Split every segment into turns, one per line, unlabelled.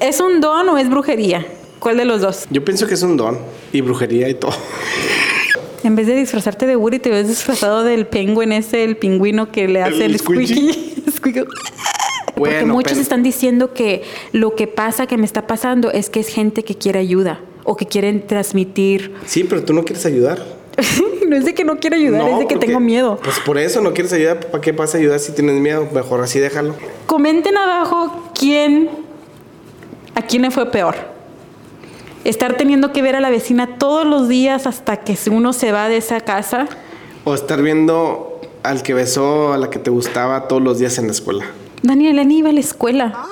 ¿es un don o es brujería? ¿Cuál de los dos?
Yo pienso que es un don y brujería y todo.
En vez de disfrazarte de Woody, te ves disfrazado del penguin ese, el pingüino que le hace el,
El
squeaky. squeaky. Porque
Bueno,
muchos
pero-
están diciendo que lo que pasa, que me está pasando, es que es gente que quiere ayuda o que quieren transmitir.
Sí, pero tú no quieres ayudar.
no es de que no quiero ayudar,
No,
es de que
porque-
tengo miedo.
Pues por eso no quieres ayudar. ¿Para qué vas a ayudar si tienes miedo? Mejor así déjalo.
Comenten abajo quién a quién le fue peor. Estar teniendo que ver a la vecina todos los días hasta que uno se va de esa casa.
O estar viendo al que besó a la que te gustaba todos los días en la escuela.
Daniel, Ani iba a la escuela.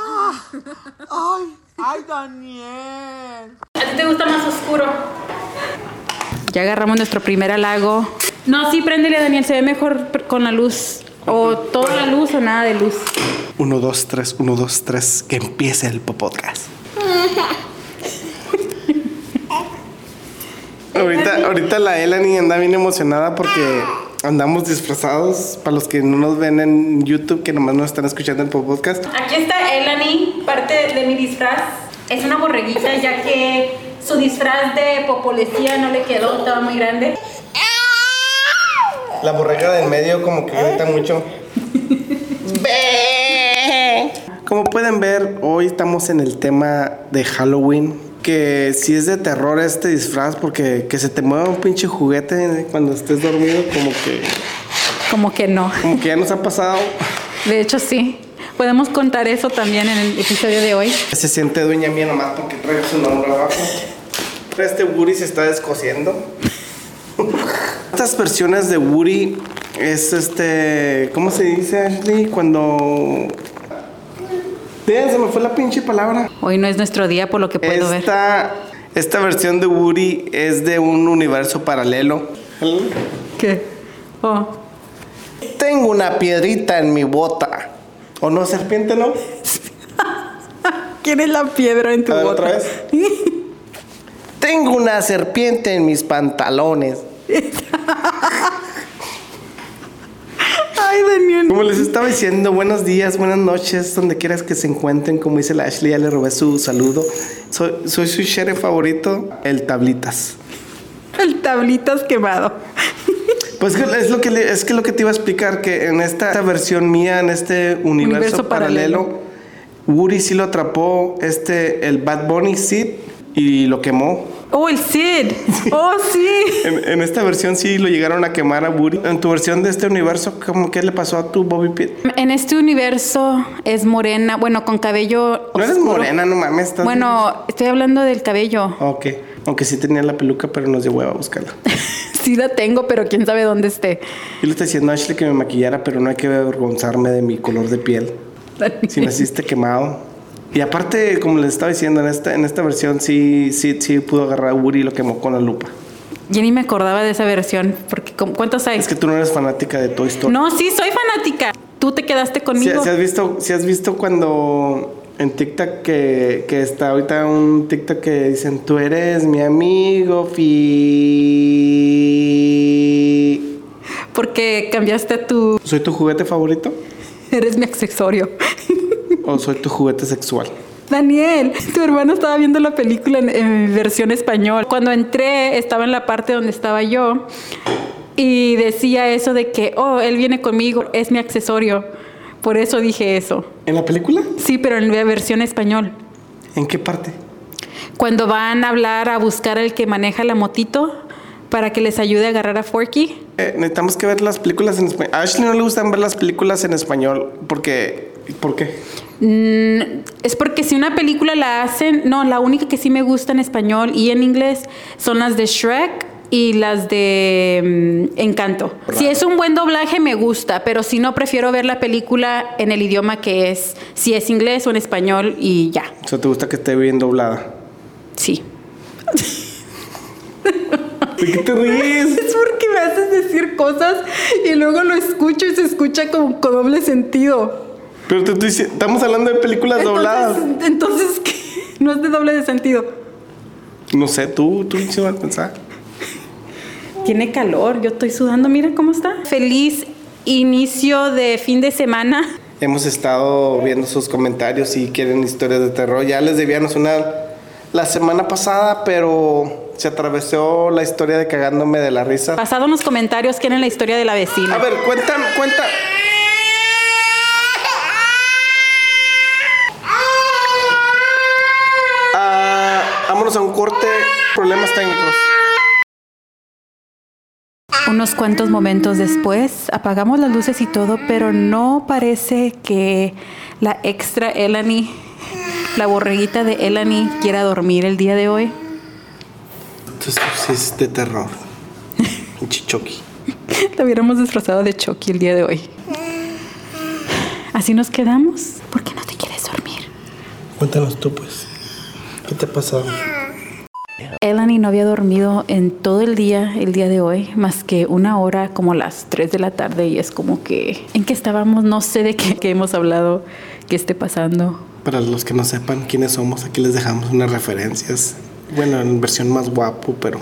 ay, Daniel. ¿A ti te gusta más oscuro? Ya agarramos nuestro primer halago. No, sí, préndele, Daniel. Se ve mejor pr- con la luz. O toda la luz o nada de luz.
Uno, dos, tres, uno, dos, tres. Que empiece el podcast. ahorita, ahorita la Elani anda bien emocionada porque andamos disfrazados. Para los que no nos ven en YouTube, que nomás nos están escuchando en podcast.
Aquí está Elani, parte de mi disfraz. Es una borreguita, ya que su disfraz de popolecía no le quedó, estaba muy grande.
La borrega del medio como que grita mucho. Como pueden ver, hoy estamos en el tema de Halloween. Que si es de terror este disfraz, porque que se te mueva un pinche juguete cuando estés dormido, como que,
Como que no.
como que ya nos ha pasado.
De hecho, sí. Podemos contar eso también en el episodio de hoy.
Se siente dueña mía nomás porque trae su nombre abajo. Pero Este Woody se está descosiendo. Estas versiones de Woody es este. ¿Cómo se dice, Ashley? Cuando. Ya, se me fue la pinche palabra.
Hoy no es nuestro día, por lo que puedo ver.
Esta, esta versión de Woody es de un universo paralelo.
¿Qué? Oh,
Tengo una piedrita en mi bota. ¿O no, serpiente, no?
¿Quién es la piedra en tu
A ver,
bota?
otra vez. Tengo una serpiente en mis pantalones.
Ay, Daniel.
Como les estaba diciendo, buenos días, buenas noches, donde quieras que se encuentren. Como dice la Ashley, ya le robé su saludo. Soy, soy su sheriff favorito, el Tablitas.
El tablitas quemado.
Pues que es lo que, le- es que lo que te iba a explicar, que en esta, esta versión mía, en este universo,
Universo paralelo.
paralelo, Woody sí lo atrapó, este, el Bad Bunny Sid, y lo quemó.
Oh, el Cid. Oh, sí.
En, en esta versión sí lo llegaron a quemar a Woody. En tu versión de este universo, ¿cómo, ¿qué le pasó a tu Bobby Pitt?
En este universo es morena, bueno, con cabello.
No eres
oscuro.
morena, no mames. estás-
Bueno, estoy hablando del cabello.
Ok. Aunque sí tenía la peluca, pero nos dio hueva a buscarla.
Sí la tengo, pero quién sabe dónde esté.
Yo le estoy diciendo a Ashley que me maquillara, pero no hay que avergonzarme de mi color de piel. Si naciste quemado. Y aparte, como les estaba diciendo, en esta, en esta versión sí, sí, sí pudo agarrar a Woody y lo quemó con la lupa.
Yo ni me acordaba de esa versión, porque ¿cómo- ¿cuántos hay?
Es que tú no eres fanática de Toy Story.
No, sí, soy fanática. Tú te quedaste
Si,
conmigo.
si has visto, si has visto cuando en TikTok que, que está ahorita un TikTok que dicen tú eres mi amigo, fi.
Porque cambiaste a tu...
¿Soy tu juguete favorito?
Eres mi accesorio.
¿O soy tu juguete sexual?
Daniel, tu hermano estaba viendo la película en, en versión español. Cuando entré, estaba en la parte donde estaba yo y decía eso de que, oh, él viene conmigo, es mi accesorio. Por eso dije eso.
¿En la película?
Sí, pero en la versión español.
¿En qué parte?
Cuando van a hablar a buscar al que maneja la motito para que les ayude a agarrar a Forky.
Eh, necesitamos que ver las películas en español. A Ashley no le gustan ver las películas en español porque... ¿Por qué?
Mm, es porque si una película la hacen, no, la única que sí me gusta en español y en inglés son las de Shrek y las de mm, Encanto. Si es un buen doblaje me gusta, pero si no prefiero ver la película en el idioma que es, si es inglés o en español y ya,
O sea, ¿te gusta que esté bien doblada?
sí.
¿De qué te ríes?
Es porque me haces decir cosas y luego lo escucho y se escucha con, con doble sentido.
Pero te estoy dici- estamos hablando de películas dobladas.
Entonces, entonces ¿qué? no es de doble de sentido.
No sé, tú, tú se vas a pensar.
Tiene calor, yo estoy sudando, mira cómo está. Feliz inicio de fin de semana.
Hemos estado viendo sus comentarios y quieren historias de terror. Ya les debíamos una la semana pasada, pero se atravesó la historia de cagándome de la risa.
Pasado en los comentarios, ¿quién es la historia de la vecina?
A ver, cuentan, cuenta. Ah, vámonos a un corte. Problemas técnicos.
Unos cuantos momentos después, apagamos las luces y todo, pero no parece que la extra Elani, la borreguita de Elani, quiera dormir el día de hoy.
Entonces sí es de terror. Un chichoqui.
La hubiéramos disfrazado de Chucky el día de hoy. Así nos quedamos. ¿Por qué no te quieres dormir?
Cuéntanos tú, pues. ¿Qué te ha pasado?
Elani no había dormido en todo el día, el día de hoy, más que una hora, como las 3 de la tarde, y es como que, ¿en qué estábamos? No sé de qué, qué hemos hablado, qué esté pasando.
Para los que no sepan quiénes somos, aquí les dejamos unas referencias. Bueno, en versión más guapo, pero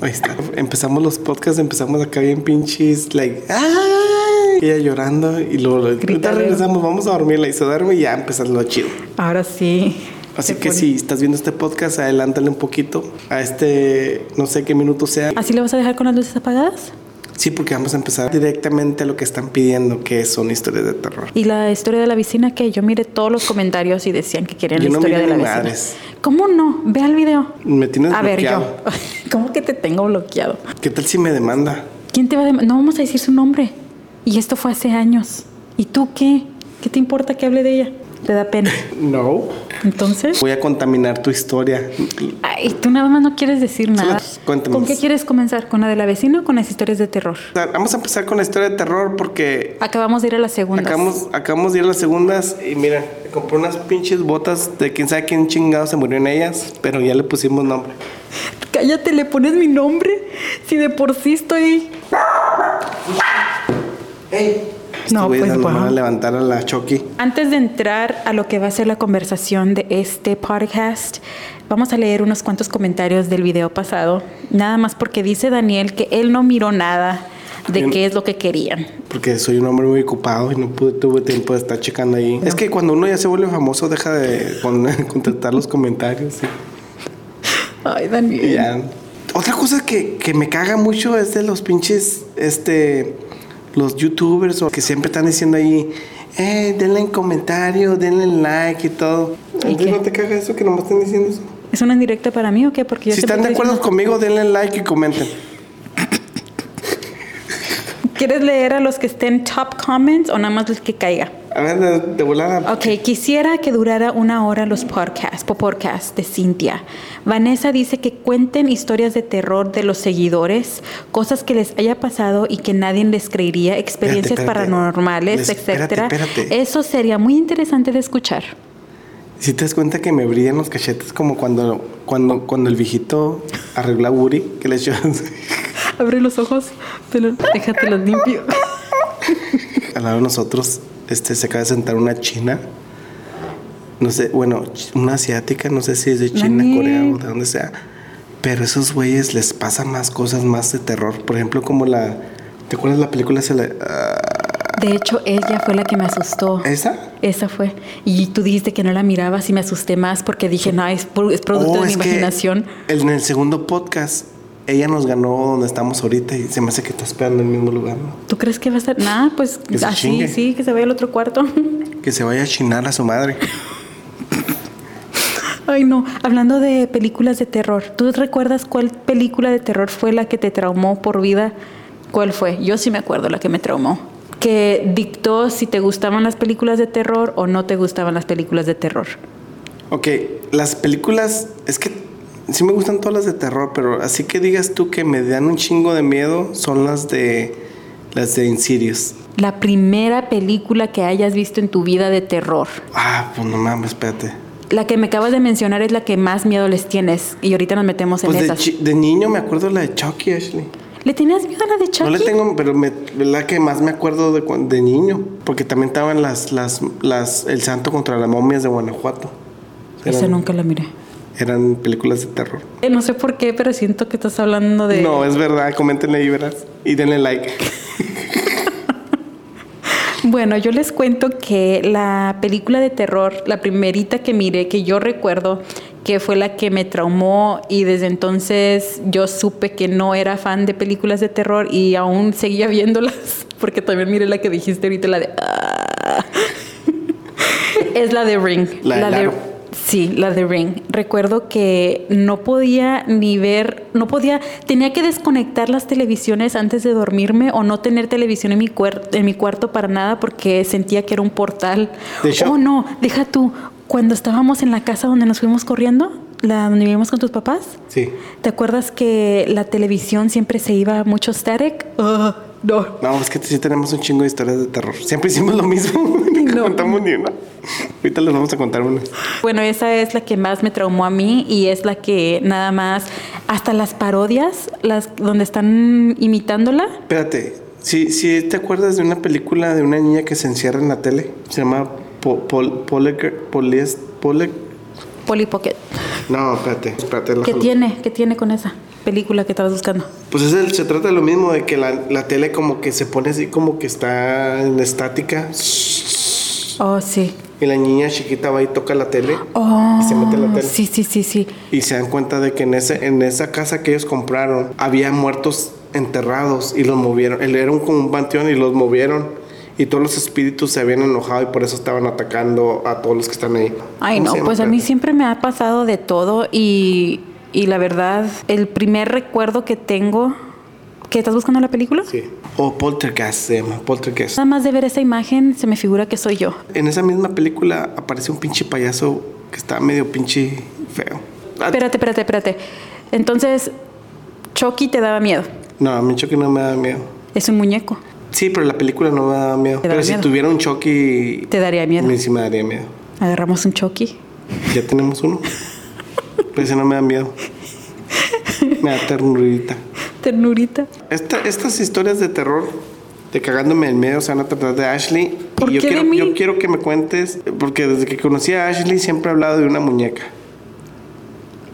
ahí está. Empezamos los podcasts, empezamos acá bien pinches, like, ¡ay! Ella llorando y luego ahorita regresamos, vamos a dormirla y se duerme y ya empezar lo chido.
Ahora sí.
Así
Se
que
pone-
si estás viendo este podcast, adelántale un poquito a este, no sé qué minuto sea.
¿Así le vas a dejar con las luces apagadas?
Sí, porque vamos a empezar directamente a lo que están pidiendo, que son historias de terror.
Y la historia de la vecina, que yo miré todos los comentarios y decían que querían
Yo
la
no
historia
miré
de la
ni
vecina.
madres.
¿Cómo no? Ve al video.
Me tienes
A ver,
bloqueado.
yo. ¿Cómo que te tengo bloqueado?
¿Qué tal si me demanda?
¿Quién te va a dem- No vamos a decir su nombre. Y esto fue hace años. ¿Y tú qué? ¿Qué te importa que hable de ella? Te da pena.
No.
Entonces.
Voy a contaminar tu historia.
Ay, tú nada más no quieres decir nada.
las- cuéntanos.
¿Con qué quieres comenzar? ¿Con la de la vecina o con las historias de terror?
Vamos a empezar con la historia de terror porque
Acabamos de ir a la segunda.
acabamos, acabamos de ir a las segundas y mira, le compré unas pinches botas de quién sabe quién chingado se murió en ellas, pero ya le pusimos nombre.
Cállate, le pones mi nombre. Si de por sí estoy.
¡Ey!
No,
Estos güeyes
pues,
nos van a
wow.
levantar a la Chucky.
Antes de entrar a lo que va a ser la conversación de este podcast, vamos a leer unos cuantos comentarios del video pasado. Nada más porque dice Daniel que él no miró nada de
Bien.
qué es lo que querían.
Porque soy un hombre muy ocupado y no pude, tuve tiempo de estar checando ahí. Es que cuando uno ya se vuelve famoso, deja de con- contestar los comentarios. sí.
Ay, Daniel.
Y ya. Otra cosa que, que me caga mucho es de los pinches, este, los youtubers o que siempre están diciendo ahí, eh, denle en comentario, denle like y todo.
¿Y
¿A ti
qué?
¿No te caga eso que nomás están diciendo eso?
¿Es una indirecta para mí o qué? Porque yo
si
siempre
están de
estoy
acuerdo conmigo, denle like y comenten.
diciendo- ¿Quieres leer a los que estén top comments o nada más los que caiga?
A ver, de, de volada.
Ok, quisiera que durara una hora los podcasts, po- podcasts de Cintia. Vanessa dice que cuenten historias de terror de los seguidores, cosas que les haya pasado y que nadie les creería, experiencias
espérate.
paranormales,
Les- espérate,
etcétera.
espérate.
Eso sería muy interesante de escuchar.
Si te das cuenta que me brillan los cachetes como cuando, cuando, cuando el viejito arregló a Woody, que le echó...
Abre los ojos, pero déjate los limpio.
Al lado de nosotros este, se acaba de sentar una china. No sé, bueno, ch- una asiática, no sé si es de China,
Daniel.
Corea o de donde sea. Pero esos güeyes les pasa más cosas más de terror. Por ejemplo, como la. ¿Te acuerdas la película? Se la- ah,
De hecho, ella fue la que me asustó.
¿Esa?
Esa fue. Y tú dijiste que no la mirabas y me asusté más porque dije, no, es, pro- es producto
Oh,
de mi
es que
imaginación.
el- en el segundo podcast, ella nos ganó donde estamos ahorita y se me hace que está esperando en el mismo lugar. ¿no?
¿Tú crees que va a estar? Nada, pues
Que se
así,
chingue.
sí, que se vaya al otro cuarto.
Que se vaya a chinar a su madre.
Ay, no. Hablando de películas de terror, ¿tú recuerdas cuál película de terror fue la que te traumó por vida? ¿Cuál fue? Yo sí me acuerdo la que me traumó. Que dictó si te gustaban las películas de terror o no te gustaban las películas de terror.
Ok, las películas, es que sí me gustan todas las de terror, pero así que digas tú que me dan un chingo de miedo son las de las de Insidious.
La primera película que hayas visto en tu vida de terror.
Ah, pues no mames, espérate.
La que me acabas de mencionar es la que más miedo les tienes. Y ahorita nos metemos en
Pues de,
esas.
chi- de niño me acuerdo la de Chucky, Ashley.
¿Le tenías miedo a la de Chucky?
No le tengo, pero me, la que más me acuerdo de, cuan- de niño, porque también estaban las, las, las, El Santo contra las momias de Guanajuato.
Esa nunca la miré.
Eran películas de terror.
Eh, No sé por qué, pero siento que estás hablando de.
eh. No, es verdad, coméntenle y verás. Y denle like.
Bueno, yo les cuento que la película de terror, la primerita que miré, que yo recuerdo, que fue la que me traumó y desde entonces yo supe que no era fan de películas de terror y aún seguía viéndolas, porque también miré la que dijiste ahorita, la de... ah. es la de Ring.
La del
de...
aro.
Sí, la de Ring. Recuerdo que no podía ni ver, no podía, tenía que desconectar las televisiones antes de dormirme o no tener televisión en mi, cuer- en mi cuarto para nada porque sentía que era un portal.
De hecho-
oh, no, deja tú. Cuando estábamos en la casa donde nos fuimos corriendo, la donde vivíamos con tus papás,
Sí.
¿te acuerdas que la televisión siempre se iba mucho static? Ah, no,
No, es que sí tenemos un chingo de historias de terror. Siempre hicimos lo mismo. Nunca
No.
contamos ni una. Ahorita les vamos a contar una.
Bueno, esa es la que más me traumó a mí y es la que nada más, hasta las parodias, las donde están imitándola.
Espérate, si si te acuerdas de una película de una niña que se encierra en la tele, se llama Po- Pol- Poleker- Polies- Pole-
Polly Pocket.
No, espérate, espérate. la
¿Qué
jalo.
tiene? ¿Qué tiene con esa película que estabas buscando?
Pues es el- se trata de lo mismo, de que la, la tele como que se pone así como que está en estática
Oh, sí.
y la niña chiquita va y toca la tele
Oh,
y se mete a la tele.
sí, sí, sí, sí.
Y se dan cuenta de que en, ese, en esa casa que ellos compraron había muertos enterrados y los movieron. Él Era un, como un panteón y los movieron. Y todos los espíritus se habían enojado y por eso estaban atacando a todos los que están ahí.
Ay,
¿Cómo
no,
se llama?
pues a mí
Espérate.
siempre me ha pasado de todo y, y la verdad, el primer recuerdo que tengo... ¿Que estás buscando la película?
Sí. O Poltergeist se llama, Poltergeist.
Nada más de ver esa imagen se me figura que soy yo.
En esa misma película aparece un pinche payaso que está medio pinche feo. Ah,
Espérate, espérate, espérate. Entonces, Chucky te daba miedo.
No, a mí Chucky no me da miedo.
Es un muñeco.
Sí, pero la película no me da miedo.
Te da
Pero si
miedo.
tuviera un Chucky,
Te daría
a
miedo.
mí sí me daría miedo.
Agarramos un Chucky.
Ya tenemos uno. Pero ese no me da miedo. Me da ternurita.
Ternurita.
Esta- estas historias de terror, de cagándome el miedo, se van a tratar de Ashley.
¿Por
y yo
qué de
quiero,
mí?
yo quiero que me cuentes, porque desde que conocí a Ashley siempre he hablado de una muñeca.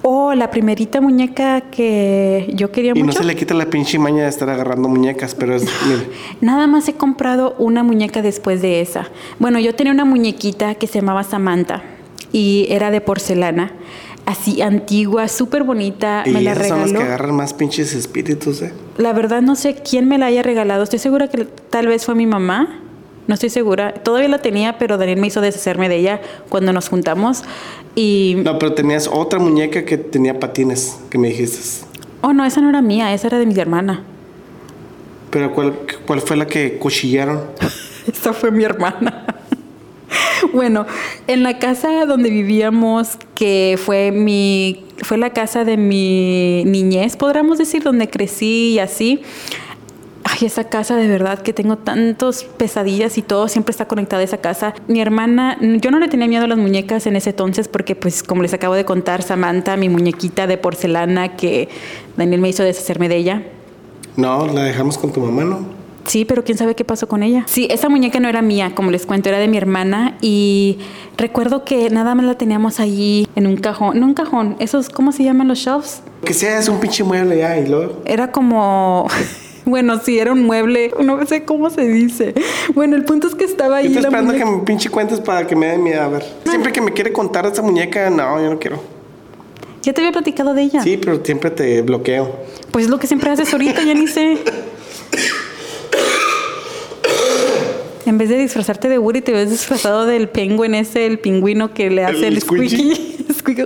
Oh, la primerita muñeca que yo quería
Y no
mucho.
se le quita la pinche maña de estar agarrando muñecas, pero es, mire,
Nada más he comprado una muñeca después de esa. Bueno, yo tenía una muñequita que se llamaba Samantha y era de porcelana, así antigua, súper bonita.
y
Ah, me la
esas son las
regaló.
que agarran más pinches espíritus, ¿eh?
La verdad no sé quién me la haya regalado. Estoy segura que tal vez fue mi mamá. No estoy segura. Todavía la tenía, pero Daniel me hizo deshacerme de ella cuando nos juntamos. Y...
No, pero tenías otra muñeca que tenía patines, que me dijiste.
Oh, no, esa no era mía. Esa era de mi hermana.
Pero ¿cuál, cuál fue la que cuchillaron?
Esa fue mi hermana. Bueno, en la casa donde vivíamos, que fue mi, fue la casa de mi niñez, podríamos decir, donde crecí y así. Ay, esa casa de verdad que tengo tantos pesadillas y todo siempre está conectada a esa casa. Mi hermana, yo no le tenía miedo a las muñecas en ese entonces porque pues como les acabo de contar, Samantha, mi muñequita de porcelana que Daniel me hizo deshacerme de ella.
No, la dejamos con tu mamá, ¿no?
Sí, pero quién sabe qué pasó con ella. Sí, esa muñeca no era mía, como les cuento, era de mi hermana y recuerdo que nada más la teníamos allí en un cajón, no un cajón, esos, ¿cómo se llaman los shelves?
Que sea, es un pinche mueble ya y luego.
Era como, bueno, sí, era un mueble, no sé cómo se dice. Bueno, el punto es que estaba allí
Yo estoy
la
esperando que
muñeca.
me pinche cuentes para que me dé miedo. A ver. Siempre que me quiere contar esa muñeca, no, yo no quiero.
Ya te había platicado de ella.
Sí, pero siempre te bloqueo.
Pues es lo que siempre haces ahorita, ya ni sé. En vez de disfrazarte de Woody, te ves disfrazado del penguin ese, el pingüino que le hace el,
squeaky?
squeaky. Squeaky.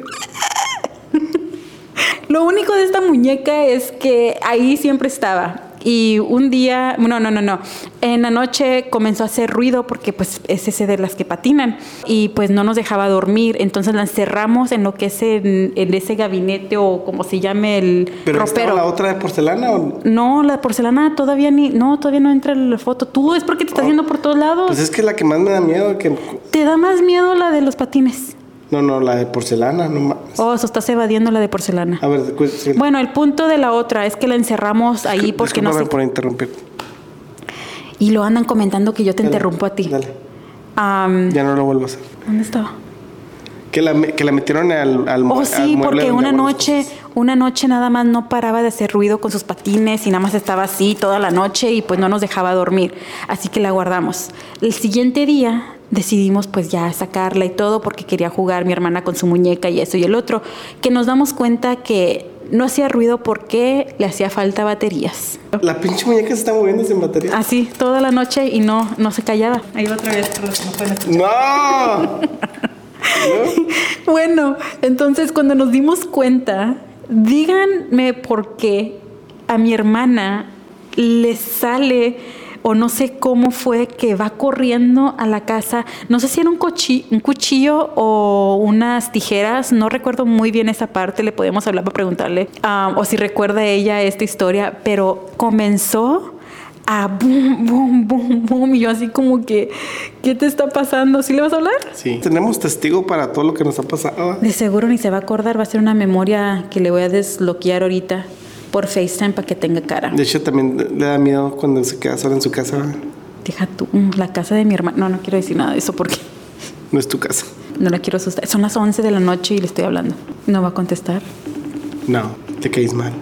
Lo único de esta muñeca es que ahí siempre estaba. Y un día, no, no, no, no. En la noche comenzó a hacer ruido porque pues es ese de las que patinan. Y pues no nos dejaba dormir. Entonces la encerramos en lo que es en, en ese gabinete o como se llame el
Pero
ropero.
estaba la otra de porcelana o.
No, la porcelana todavía ni, no, todavía no entra en la foto. Tú es porque te estás viendo por todos lados.
Oh. Pues es que la que más me da miedo que.
Te da más miedo la de los patines.
No, no, la de porcelana, no mames.
Oh, eso estás evadiendo la de porcelana.
A ver, cu- sí.
Bueno, el punto de la otra es que la encerramos ahí porque no
Discúlpame
sé.
por interrumpir.
Y lo andan comentando que yo te interrumpo a ti. Mm.
Dale.
Am,
Ya no lo vuelvo a hacer.
¿Dónde estaba?
Que la, me- que la metieron al, al mu-
Oh,
al
sí,
mueble
porque
donde
una
guardan las
noche,
cosas.
una noche nada más no paraba de hacer ruido con sus patines y nada más estaba así toda la noche y pues no nos dejaba dormir. Así que la guardamos. El siguiente día decidimos pues ya sacarla y todo porque quería jugar mi hermana con su muñeca y eso y el otro, que nos damos cuenta que no hacía ruido porque le hacía falta baterías.
La pinche muñeca se está moviendo sin batería.
Así toda la noche y no no se callaba. Ahí va otra vez, pero no pueden escuchar.
¡No!
Bueno, entonces cuando nos dimos cuenta, díganme por qué a mi hermana le sale o no sé cómo fue que va corriendo a la casa, no sé si era un, cochi- un cuchillo o unas tijeras, no recuerdo muy bien esa parte, le podemos hablar para preguntarle, ah, o si recuerda ella esta historia, pero comenzó a boom, boom, boom, boom, y yo así como que, ¿qué te está pasando? ¿Sí le vas a hablar?
Sí. Tenemos testigo para todo lo que nos ha pasado.
De seguro ni se va a acordar, va a ser una memoria que le voy a desbloquear ahorita por FaceTime para que tenga cara.
De hecho, también le da miedo cuando se queda sola en su casa. ¿verdad?
Deja tú, mm, la casa de mi hermano. No, no quiero decir nada de eso porque
No es tu casa.
no la quiero asustar. Son las 11 de la noche y le estoy hablando. No va a contestar.
No, te caes mal.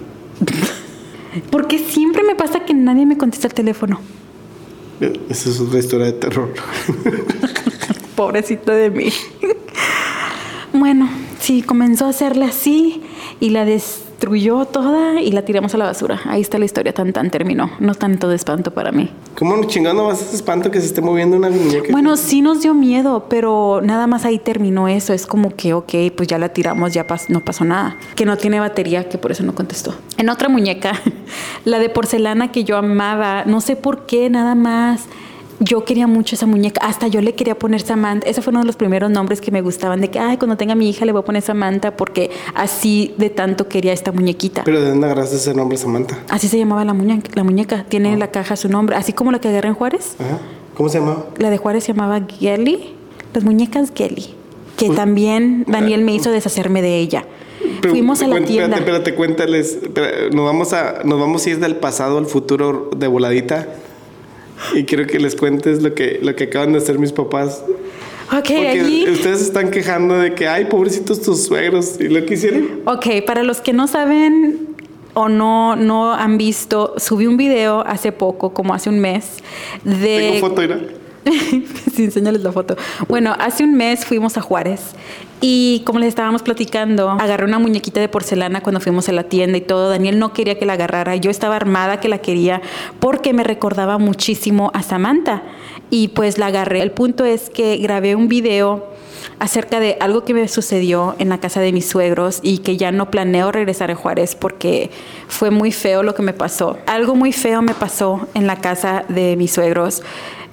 Porque siempre me pasa que nadie me contesta el teléfono.
Esa es otra historia de terror.
Pobrecito de mí. bueno, sí, comenzó a hacerle así y la destruyó toda y la tiramos a la basura. Ahí está la historia, tan tan terminó. No tanto de espanto para mí.
¿Cómo chingando vas a ese espanto que se esté moviendo una muñeca?
Bueno, sí nos dio miedo, pero nada más ahí terminó eso. Es como que, ok, pues ya la tiramos, ya pas- no pasó nada. Que no tiene batería, que por eso no contestó. En otra muñeca, la de porcelana que yo amaba, no sé por qué, nada más. Yo quería mucho esa muñeca, hasta yo le quería poner Samantha. Ese fue uno de los primeros nombres que me gustaban, de que, ay, cuando tenga mi hija le voy a poner Samantha, porque así de tanto quería esta muñequita.
Pero ¿de dónde agarraste ese nombre, Samantha?
así se llamaba la muñeca. La muñeca tiene en la caja su nombre, así como la que agarra en Juárez.
Ajá. ¿Cómo se llamaba?
La de Juárez se llamaba Gelly, las muñecas Gelly, que también Daniel me hizo deshacerme de ella.
Pero-
Fuimos a la
cuen-
tienda.
Espérate, espérate, cuéntales. Espera, nos, vamos a, nos vamos a ir del pasado al futuro de voladita. Y quiero que les cuentes lo que, lo que acaban de hacer mis papás.
Eh, Ok,
Porque
allí.
ustedes están quejando de que, ay, pobrecitos tus suegros. ¿Y lo que hicieron?
Ok, para los que no saben o no, no han visto, subí un video hace poco, como hace un mes, de
Tengo foto, mira.
sí, enséñales la foto. Bueno, hace un mes fuimos a Juárez y como les estábamos platicando, agarré una muñequita de porcelana cuando fuimos a la tienda y todo. Daniel no quería que la agarrara, yo estaba armada que la quería porque me recordaba muchísimo a Samantha y pues la agarré. El punto es que grabé un video acerca de algo que me sucedió en la casa de mis suegros y que ya no planeo regresar a Juárez porque fue muy feo lo que me pasó. Algo muy feo me pasó en la casa de mis suegros.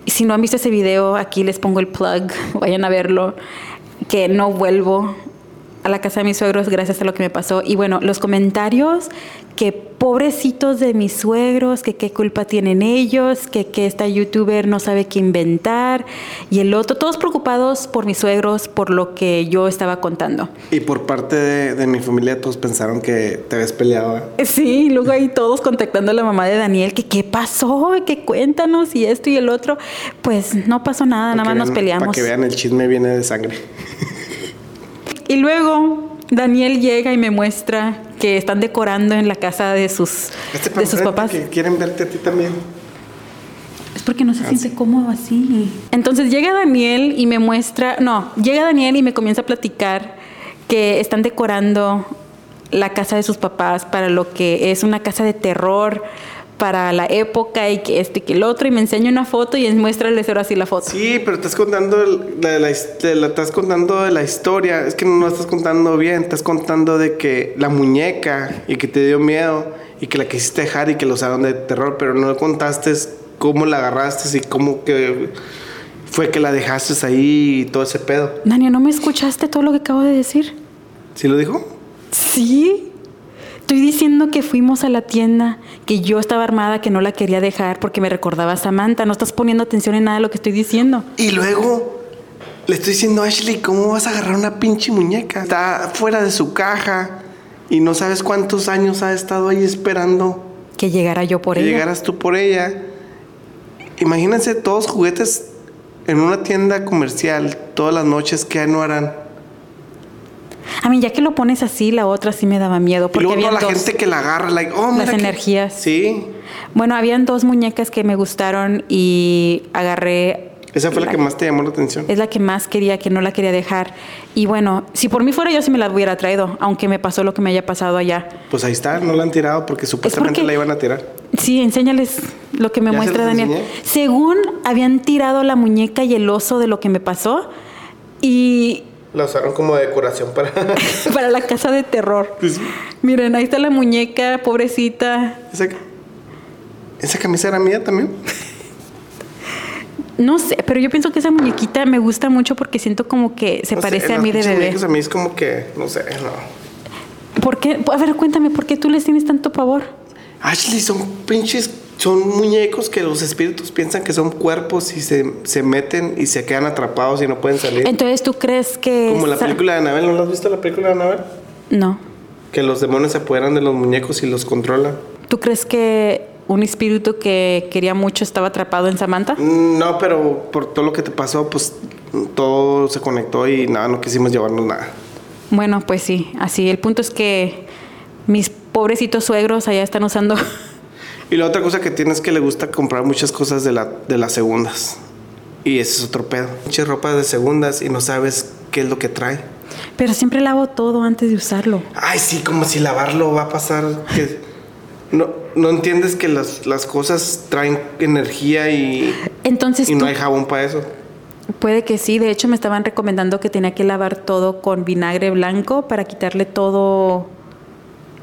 Si no han visto ese video, aquí les pongo el plug, vayan a verlo, que no vuelvo a la casa de mis suegros gracias a lo que me pasó. Y bueno, los comentarios que pobrecitos de mis suegros, que qué culpa tienen ellos, que, que esta youtuber no sabe qué inventar y el otro, todos preocupados por mis suegros, por lo que yo estaba contando.
Y por parte de, de mi familia, todos pensaron que te habías peleado. ¿eh?
Sí, y luego ahí todos contactando a la mamá de Daniel, que qué pasó, que cuéntanos y esto y el otro. Pues no pasó nada,
Para
nada
que
más nos
vean-
peleamos.
Para que vean, el chisme viene de sangre.
Y luego Daniel llega y me muestra que están decorando en la casa de sus,
Este
de sus
panfleto
papás.
Que quieren verte a ti también.
Es porque no se siente cómodo así. Entonces llega Daniel y me muestra, no, llega Daniel y me comienza a platicar que están decorando la casa de sus papás para lo que es una casa de terror para la época y que este que el otro y me enseña una foto y él muestra el cero así la foto.
Sí, pero estás contando el- la, la his- de la- estás contando de la historia. Es que no la estás contando bien. Estás contando de que la muñeca y que te dio miedo y que la quisiste dejar y que lo usaron de terror, pero no contaste cómo la agarraste y cómo que fue que la dejaste ahí y todo ese pedo.
Daniel, ¿no me escuchaste todo lo que acabo de decir?
¿Sí lo dijo?
Sí. Estoy diciendo que fuimos a la tienda, que yo estaba armada, que no la quería dejar porque me recordaba a Samantha. No estás poniendo atención en nada de lo que estoy diciendo.
Y luego le estoy diciendo a Ashley, ¿cómo vas a agarrar una pinche muñeca? Está fuera de su caja y no sabes cuántos años ha estado ahí esperando
Que llegara yo por
que
ella.
llegaras tú por ella. Imagínense todos juguetes en una tienda comercial todas las noches que no harán.
A mí, ya que lo pones así, la otra sí me daba miedo.
Y
Porque
luego
había
toda la
dos.
gente que la agarra, like, oh, mira
Las
que-
energías.
Sí.
Bueno, habían dos muñecas que me gustaron y agarré.
Esa fue la que más te llamó la atención.
Es la que más quería, que no la quería dejar. Y bueno, si por mí fuera yo sí me la hubiera traído, aunque me pasó lo que me haya pasado allá.
Pues ahí está, no la han tirado porque supuestamente
porque-
la iban a tirar.
Sí, enséñales lo que me
¿Ya se
muestra
los
Daniel.
enseñé?
Según habían tirado la muñeca y el oso de lo que me pasó y
La usaron como decoración para.
para la casa de terror.
Pues,
Miren, ahí está la muñeca, pobrecita.
esa, esa camisa era mía también.
No sé, pero yo pienso que esa muñequita me gusta mucho porque siento como que se
No sé,
parece a
las
mí de
pinches
bebé.
muñecas A mí es como que, no sé, no.
¿Por qué? A ver, cuéntame, ¿por qué tú les tienes tanto pavor?
Ashley, son pinches, son muñecos que los espíritus piensan que son cuerpos y se, se meten y se quedan atrapados y no pueden salir.
Entonces, ¿tú crees que...?
como la
esa-
película de Anabel, ¿no la has visto la película de Anabel?
No.
Que los demonios se apoderan de los muñecos y los controlan.
¿Tú crees que un espíritu que quería mucho estaba atrapado en Samantha?
Mm, No, pero por todo lo que te pasó, pues todo se conectó y nada, no quisimos llevarnos nada.
Bueno, pues sí, así. El punto es que mis pobrecitos suegros allá están usando...
Y la otra cosa que tiene es que le gusta comprar muchas cosas de, la, de las segundas. Y ese es otro pedo. Muchas ropas de segundas y no sabes qué es lo que trae.
Pero siempre lavo todo antes de usarlo.
Ay, sí, como si lavarlo va a pasar. Que no, no entiendes que las, las cosas traen energía y,
Entonces,
y
tú-
no hay jabón para eso.
puede que sí. De hecho, me estaban recomendando que tenía que lavar todo con vinagre blanco para quitarle todo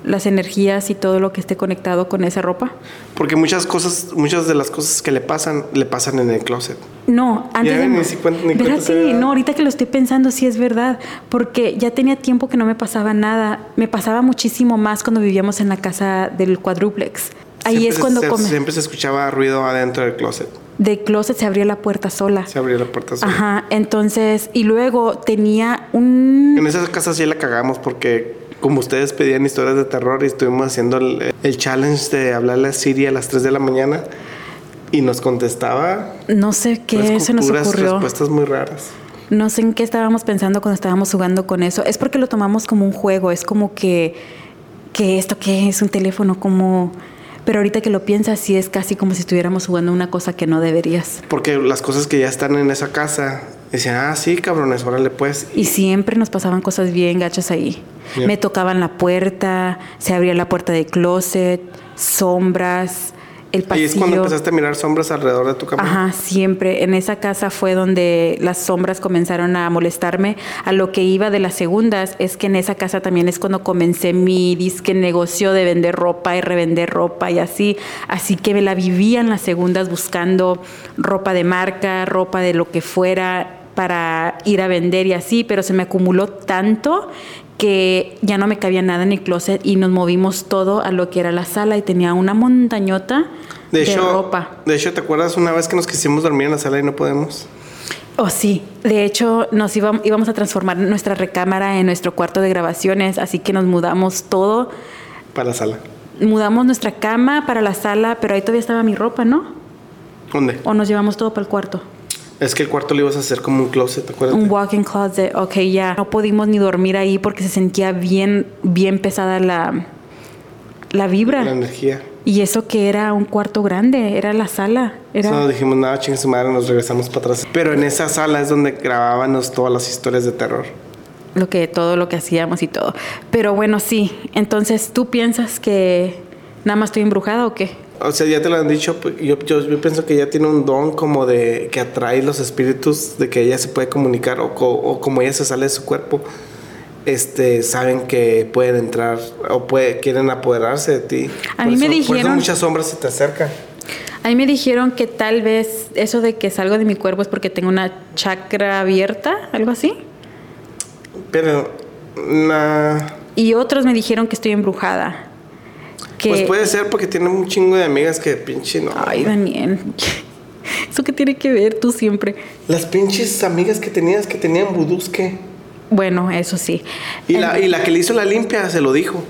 las energías y todo lo que esté conectado con esa ropa.
Porque muchas cosas, muchas de las cosas que le pasan, le pasan en el closet.
No, antes de...
ven, ni si cuenta- ni
Verás,
cuenta
sí,
se da.
no, ahorita que lo estoy pensando sí es verdad, porque ya tenía tiempo que no me pasaba nada, me pasaba muchísimo más cuando vivíamos en la casa del cuadrúplex. Ahí
Siempre
es
se-
cuando
se,
come.
siempre se escuchaba ruido adentro del closet.
de closet se abría la puerta sola.
Se abría la puerta. sola.
Ajá, entonces, y luego tenía un
En esas casas sí la cagamos porque como ustedes pedían historias de terror y estuvimos haciendo el, el challenge de hablarle a Siri a las 3 de la mañana y nos contestaba
no sé qué
unas
se nos
puras
ocurrió.
respuestas muy raras.
No sé en qué estábamos pensando cuando estábamos jugando con eso. Es porque lo tomamos como un juego, es como que, que esto que es un teléfono, como... Pero ahorita que lo piensas, sí es casi como si estuviéramos jugando una cosa que no deberías.
Porque las cosas que ya están en esa casa decían, ah, sí, cabrones, órale pues.
Y siempre nos pasaban cosas bien gachas ahí.
Ya.
Me tocaban la puerta, se abría la puerta del closet, sombras, el
Y
pasillo.
es cuando empezaste a mirar sombras alrededor de tu cama.
Ajá, siempre. En esa casa fue donde las sombras comenzaron a molestarme. A lo que iba de las segundas es que en esa casa también es cuando comencé mi disque negocio de vender ropa y revender ropa y así. Así que me la vivía en las segundas buscando ropa de marca, ropa de lo que fuera para ir a vender y así, pero se me acumuló tanto que ya no me cabía nada en el closet y nos movimos todo a lo que era la sala y tenía una montañota de,
De hecho,
ropa.
de hecho, ¿te acuerdas una vez que nos quisimos dormir en la sala y no podemos?
Oh, sí. De hecho, nos íbam- íbamos a transformar nuestra recámara en nuestro cuarto de grabaciones, así que nos mudamos todo.
Para la sala.
Mudamos nuestra cama para la sala, pero ahí todavía estaba mi ropa, ¿no?
¿Dónde?
¿O nos llevamos todo para el cuarto?
Es que el cuarto lo ibas a hacer como un closet, ¿te acuerdas?
Un walk-in closet, ok, ya. No pudimos ni dormir ahí porque se sentía bien, bien pesada la, la vibra.
La energía.
Y eso que era un cuarto grande, era la sala. Era...
No, dijimos nada, chingue su madre, nos regresamos para atrás. Pero en esa sala es donde grabábamos todas las historias de terror.
lo que todo lo que hacíamos y todo. Pero bueno, sí. Entonces, ¿tú piensas que nada más estoy embrujada o qué?
O sea, ya te lo han dicho, pues, yo, yo, yo pienso que ella tiene un don como de que atrae los espíritus, de que ella se puede comunicar o, co- o como ella se sale de su cuerpo, este, saben que pueden entrar o puede, quieren apoderarse de ti.
A
Por
mí me
eso- Por eso
dijeron-
muchas sombras se te acercan.
A mí me dijeron que tal vez eso de que salgo de mi cuerpo es porque tengo una chakra abierta, algo así.
Pero, nah,
Y otros me dijeron que estoy embrujada. Que,
pues puede ser porque tiene un chingo de amigas que pinche no.
Ay, Daniel. ¿Eso qué tiene que ver tú siempre?
Las pinches amigas que tenías que tenían vudús, ¿qué?
Bueno, eso sí.
Y la, y la que le hizo la limpia se lo dijo.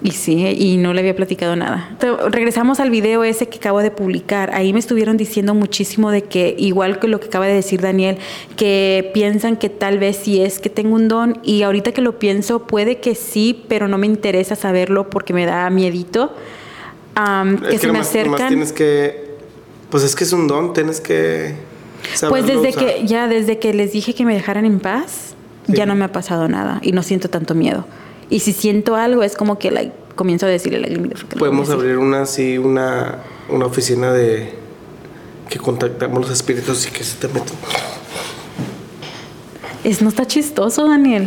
Y sí, y no le había platicado nada. Te- regresamos al video ese que acabo de publicar. Ahí me estuvieron diciendo muchísimo de que, igual que lo que acaba de decir Daniel, que piensan que tal vez sí es que tengo un don y ahorita que lo pienso puede que sí, pero no me interesa saberlo porque me da miedito. Am, que
Es
se me
nomás- nomás
acercan.
tienes que. Pues es que es un don, tienes que.
Pues
saberlo
desde
usar.
que ya desde que les dije que me dejaran en paz,
Sí.
ya no me ha pasado nada y no siento tanto miedo. Y si siento algo es como que like, comienzo a decirle like, mira, fue que lo
Podemos
hice.
abrir una así, una, una oficina de. que contactamos los espíritus y que se te meten.
Es no está chistoso, Daniel.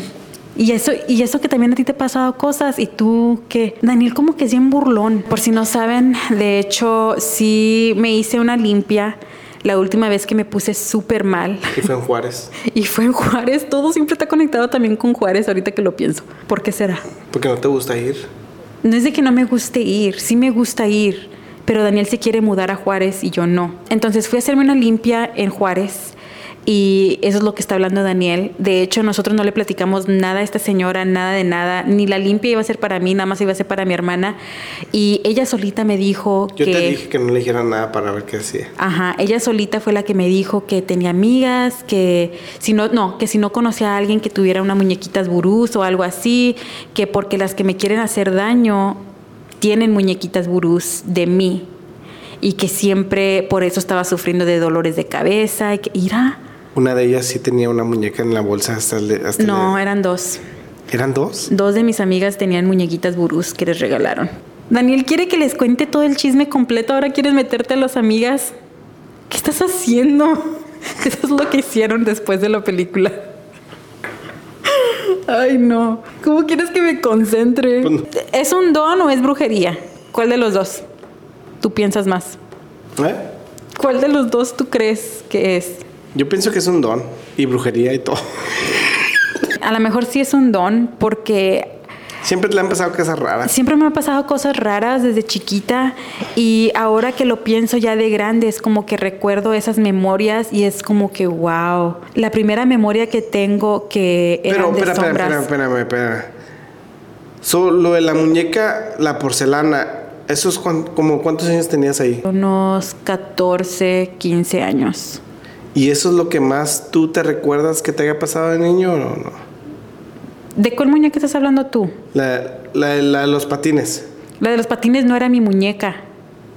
Y eso, y eso que también a ti te ha pasado cosas y tú que Daniel como que es bien burlón. Por si no saben, de hecho sí me hice una limpia la última vez que me puse súper mal.
Y fue en Juárez.
Y fue en Juárez, todo siempre está conectado también con Juárez ahorita que lo pienso. ¿Por qué será?
Porque no te gusta ir.
No es de que no me guste ir, sí me gusta ir, pero Daniel se quiere mudar a Juárez y yo no. Entonces fui a hacerme una limpia en Juárez y eso es lo que está hablando Daniel. De hecho, nosotros no le platicamos nada a esta señora, nada de nada, ni la limpia iba a ser para mí, nada más iba a ser para mi hermana. Y ella solita me dijo
Yo
que...
te dije que no le dijera nada para ver qué hacía.
Ajá, ella solita fue la que me dijo que tenía amigas, que si no, no, que si no conocía a alguien que tuviera una muñequitas burús o algo así, que porque las que me quieren hacer daño tienen muñequitas burús de mí y que siempre por eso estaba sufriendo de dolores de cabeza y que irá.
Una de ellas sí tenía una muñeca en la bolsa hasta le- hasta
No, eh.
le-
eran dos.
¿Eran dos?
Dos de mis amigas tenían muñequitas burús que les regalaron. Daniel quiere que les cuente todo el chisme completo. Ahora quieres meterte a las amigas. ¿Qué estás haciendo? Eso es lo que hicieron después de la película. Ay, no. ¿Cómo quieres que me concentre?
Pues no.
¿Es un don o es brujería? ¿Cuál de los dos? Tú piensas más.
¿Eh?
¿Cuál de los dos tú crees que es?
Yo pienso que es un don. Y brujería y todo.
A lo mejor sí es un don porque
Siempre te la han pasado cosas raras.
Siempre me han pasado cosas raras desde chiquita y ahora que lo pienso ya de grande es como que recuerdo esas memorias y es como que wow. La primera memoria que tengo que eran
Pero,
de
espera, espera,
sombras.
espera, espérame, espera. So, lo de la muñeca, la porcelana, ¿eso es cuan- como cuántos años tenías ahí?
Unos 14, 15 años.
¿Y eso es lo que más tú te recuerdas que te haya pasado de niño o no?
¿De cuál muñeca estás hablando tú?
La, la, la de los patines.
La de los patines no era mi muñeca.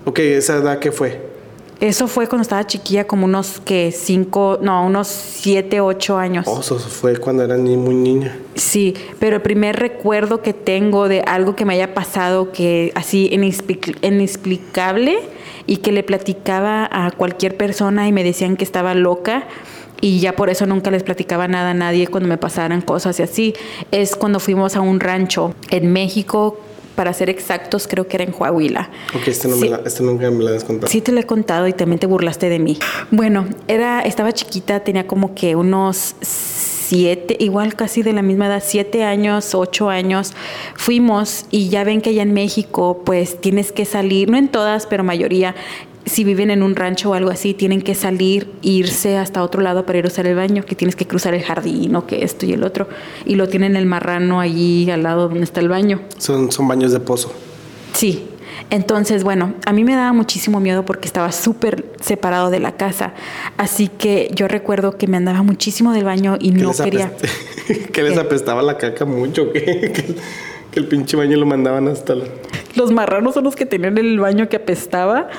Ok, ¿esa edad qué fue?
Eso fue cuando estaba chiquilla, como unos que 5, no, unos 7, 8 años.
Oh, eso fue cuando eras ni muy niña.
Sí, pero el primer recuerdo que tengo de algo que me haya pasado que así inexplic- inexplicable y que le platicaba a cualquier persona y me decían que estaba loca y ya por eso nunca les platicaba nada a nadie cuando me pasaran cosas y así, es cuando fuimos a un rancho en México, para ser exactos creo que era en Coahuila.
Ok, este, no
Sí.
me la, este nunca me la has contado.
Sí, te lo he contado y también te burlaste de mí. Bueno, era, estaba chiquita, tenía como que unos siete, igual casi de la misma edad, siete años, ocho años. Fuimos y ya ven que allá en México, pues tienes que salir, no en todas, pero mayoría. Si viven en un rancho o algo así, tienen que salir, irse hasta otro lado para ir a usar el baño, que tienes que cruzar el jardín o que esto y el otro. Y lo tienen el marrano allí al lado donde está el baño.
Son, son baños de pozo.
Sí. Entonces, bueno, a mí me daba muchísimo miedo porque estaba súper separado de la casa. Así que yo recuerdo que me andaba muchísimo del baño y
Que
no
les
quería.
apest- que les
¿Qué?
apestaba la caca mucho. Que, que- que el pinche baño lo mandaban hasta la...
Los marranos son los que tenían el baño que apestaba.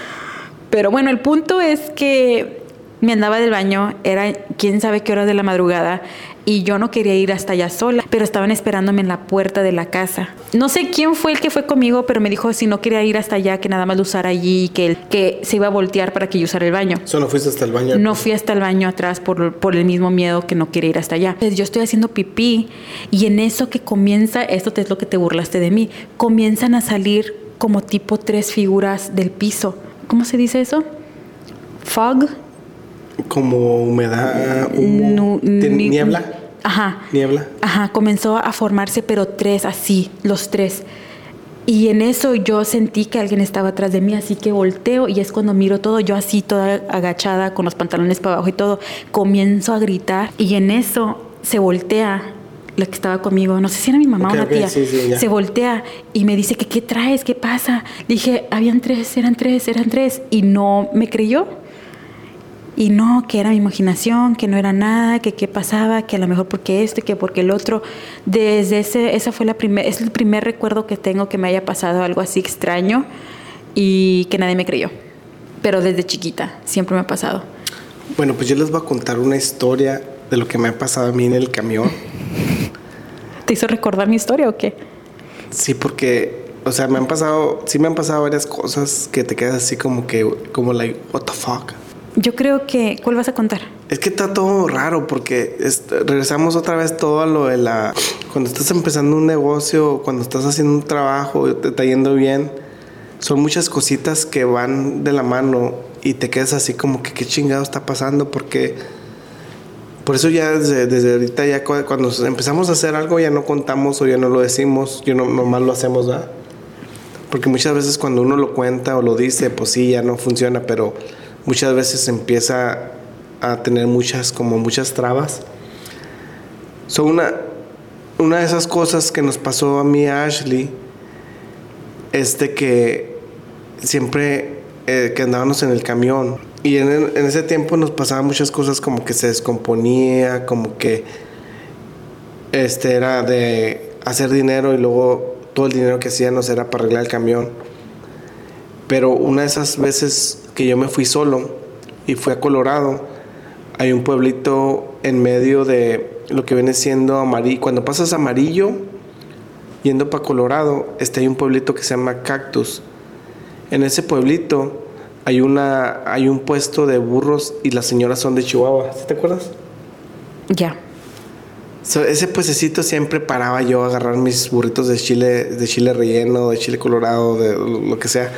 Pero bueno, el punto es que me andaba del baño, era quién sabe qué horas de la madrugada y yo no quería ir hasta allá sola, pero estaban esperándome en la puerta de la casa. No sé quién fue el que fue conmigo, pero me dijo si no quería ir hasta allá, que nada más lo usara allí, que, él- que se iba a voltear para que yo usara el baño.
Eso no fuiste hasta el baño.
No fui hasta el baño atrás por, por el mismo miedo que no quería ir hasta allá. Entonces, yo estoy haciendo pipí y en eso que comienza, esto te- es lo que te burlaste de mí, comienzan a salir como tipo tres figuras del piso. ¿Cómo se dice eso? Fog.
Como humedad,
Nu-
humo, te-
ni-
niebla,
Ajá.
niebla.
Ajá, comenzó a formarse, pero tres así, los tres. Y en eso yo sentí que alguien estaba atrás de mí, así que volteo y es cuando miro todo, yo así toda agachada, con los pantalones para abajo y todo, comienzo a gritar y en eso se voltea la que estaba conmigo, no sé si era mi mamá
Ok,
o una
ok,
tía,
sí, sí, ya.
se voltea y me dice que qué traes, qué pasa. Dije, habían tres, eran tres, eran tres. Y no me creyó. Y no, que era mi imaginación, que no era nada, que qué pasaba, que a lo mejor porque esto y que porque el otro. Desde ese, esa fue la primer, es el primer recuerdo que tengo que me haya pasado algo así extraño y que nadie me creyó. Pero desde chiquita siempre me ha pasado.
Bueno, pues yo les voy a contar una historia de lo que me ha pasado a mí en el camión.
¿Te hizo recordar mi historia o qué?
Sí, porque, o sea, me han pasado, sí me han pasado varias cosas que te quedas así como que, como like, what the fuck.
Yo creo que, ¿cuál vas a contar?
Es que está todo raro porque es- regresamos otra vez todo a lo de la... Cuando estás empezando un negocio, cuando estás haciendo un trabajo, te está yendo bien, son muchas cositas que van de la mano y te quedas así como que qué chingado está pasando porque... Por eso ya desde, desde ahorita, ya cu- cuando empezamos a hacer algo, ya no contamos o ya no lo decimos, yo no, nomás lo hacemos, ¿verdad? Porque muchas veces cuando uno lo cuenta o lo dice, pues sí, ya no funciona, pero muchas veces empieza a tener muchas, como muchas trabas. Son una, una de esas cosas que nos pasó a mí y a Ashley, es de que siempre eh, que andábamos en el camión y en, en ese tiempo nos pasaban muchas cosas como que se descomponía, como que este era de hacer dinero y luego todo el dinero que hacíamos era para arreglar el camión. Pero una de esas veces que yo me fui solo y fui a Colorado, hay un pueblito en medio de lo que viene siendo amarillo. Cuando pasas amarillo, yendo para Colorado, este, hay un pueblito que se llama Cactus. En ese pueblito hay, una, hay un puesto de burros y las señoras son de Chihuahua. ¿Sí te acuerdas?
Ya.
So, ese puestecito siempre paraba yo a agarrar mis burritos de chile, de chile relleno, de chile colorado, de lo, lo que sea.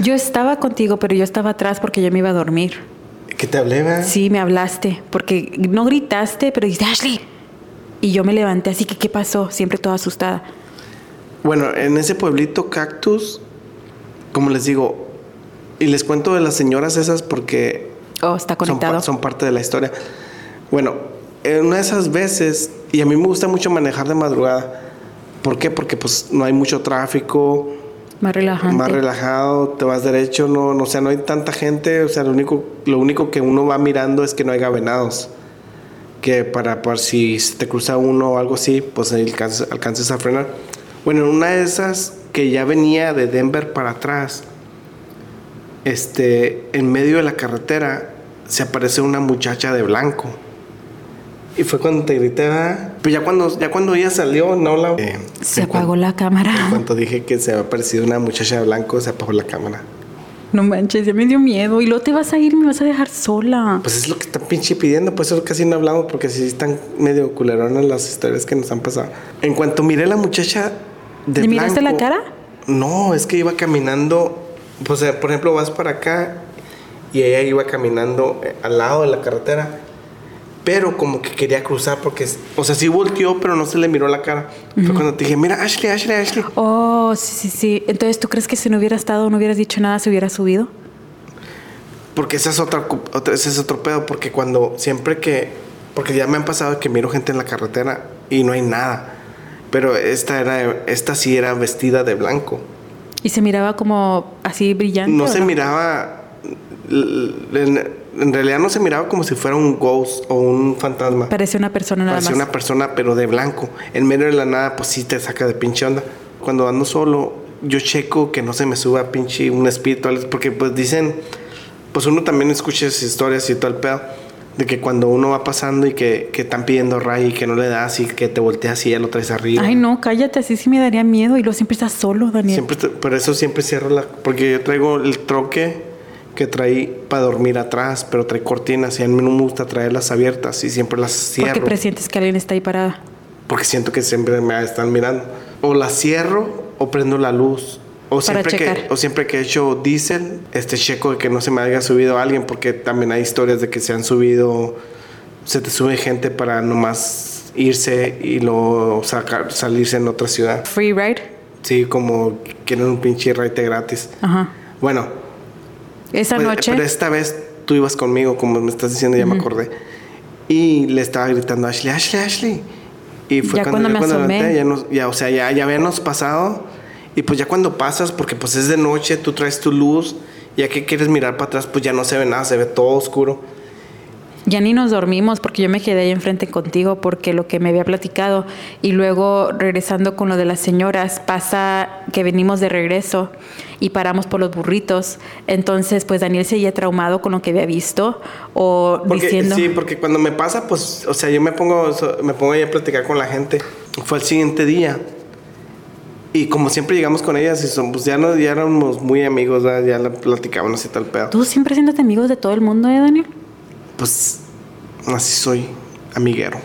Yo estaba contigo, pero yo estaba atrás porque yo me iba a dormir.
¿Qué te hablé, verdad?
Sí, me hablaste, porque no gritaste, pero dijiste, Ashley. Y yo me levanté, así que, ¿qué pasó? Siempre toda asustada.
Bueno, en ese pueblito cactus, como les digo, y les cuento de las señoras esas porque
Oh, está
son, pa-
conectado.
son parte de la historia. Bueno, en una de esas veces, y a mí me gusta mucho manejar de madrugada. ¿Por qué? Porque pues no hay mucho tráfico,
más relajante.
más relajado, te vas derecho, no, no, o sea, no hay tanta gente, o sea, lo único, lo único que uno va mirando es que no haya venados, que para, por si se te cruza uno o algo así, pues ahí alcances, alcances a frenar. Bueno, en una de esas que ya venía de Denver para atrás, este, en medio de la carretera se aparece una muchacha de blanco. Y fue cuando te grité, ¿verdad? Pues ya cuando, ya cuando ella salió, no la... eh,
Se
en cuan-
apagó la cámara.
en cuanto dije que se había aparecido una muchacha de blanco, se apagó la cámara.
No manches, ya me dio miedo. Y luego te vas a ir, me vas a dejar sola.
Pues es lo que están pinche pidiendo, pues eso casi no hablamos porque sí están medio culeronas las historias que nos han pasado. En cuanto miré a la muchacha de
¿Le miraste
blanco-
la cara?
No, es que iba caminando, pues eh, por ejemplo vas para acá y ella iba caminando eh, al lado de la carretera, pero como que quería cruzar porque, es- o sea, sí volteó, pero no se le miró la cara. Fue cuando te dije, mira, Ashley, Ashley, Ashley.
Oh, sí, sí, sí. Entonces, ¿tú crees que si no hubiera estado, no hubieras dicho nada, se hubiera subido?
Porque ese es otro, otro- ese es otro pedo, porque cuando siempre que, porque ya me han pasado que miro gente en la carretera y no hay nada, pero esta era, esta sí era vestida de blanco.
Y se miraba como así brillante.
No
¿o
se miraba, l- en, en realidad no se miraba como si fuera un ghost o un fantasma.
Parece una persona nada
Parecía
más.
una persona, pero de blanco. En medio de la nada, pues sí te saca de pinche onda. Cuando ando solo, yo checo que no se me suba pinche un espíritu, algo, porque pues dicen, pues uno también escucha esas historias y todo el pedo, de que cuando uno va pasando y que, que están pidiendo ray y que no le das y que te volteas y ya lo traes arriba.
Ay, no, cállate, así sí me daría miedo. Y luego siempre estás solo, Daniel.
Siempre te- por eso siempre cierro la... Porque yo traigo el troque que traí para dormir atrás, pero trae cortinas y a mí no me gusta traerlas abiertas y siempre las cierro.
Porque presientes que alguien está ahí parada.
porque siento que siempre me están mirando. O la cierro o prendo la luz. O
Para
siempre, que,
checar.
o siempre que he hecho diésel, este checo de que no se me haya subido alguien, porque también hay historias de que se han subido, se te sube gente para nomás irse y luego sacar, salirse en otra ciudad.
Free ride.
Sí, como quieren un pinche raite gratis.
Ajá.
Bueno,
Esa
pues,
noche.
pero esta vez tú ibas conmigo, como me estás diciendo, ya me acordé. Y le estaba gritando a Ashley, Ashley, Ashley. Y fue
Ya cuando me asomé.
levanté, ya, nos- ya, o sea, ya, ya habíamos pasado. Y pues ya cuando pasas, porque pues es de noche, tú traes tu luz. Ya que quieres mirar para atrás, pues ya no se ve nada, se ve todo oscuro.
Ya ni nos dormimos porque yo me quedé ahí enfrente contigo porque lo que me había platicado y luego regresando con lo de las señoras pasa que venimos de regreso y paramos por los burritos. Entonces pues Daniel seguía traumado con lo que había visto o
Porque,
diciendo...
Sí, porque cuando me pasa, pues, o sea, yo me pongo, so- me pongo ahí a platicar con la gente. Fue el siguiente día. Y como siempre llegamos con ellas y son, pues ya, no, ya éramos muy amigos, ¿verdad? ya la platicábamos y tal pedo.
Tú siempre siéntate amigos de todo el mundo, ¿eh, Daniel?
Pues así soy, amiguero.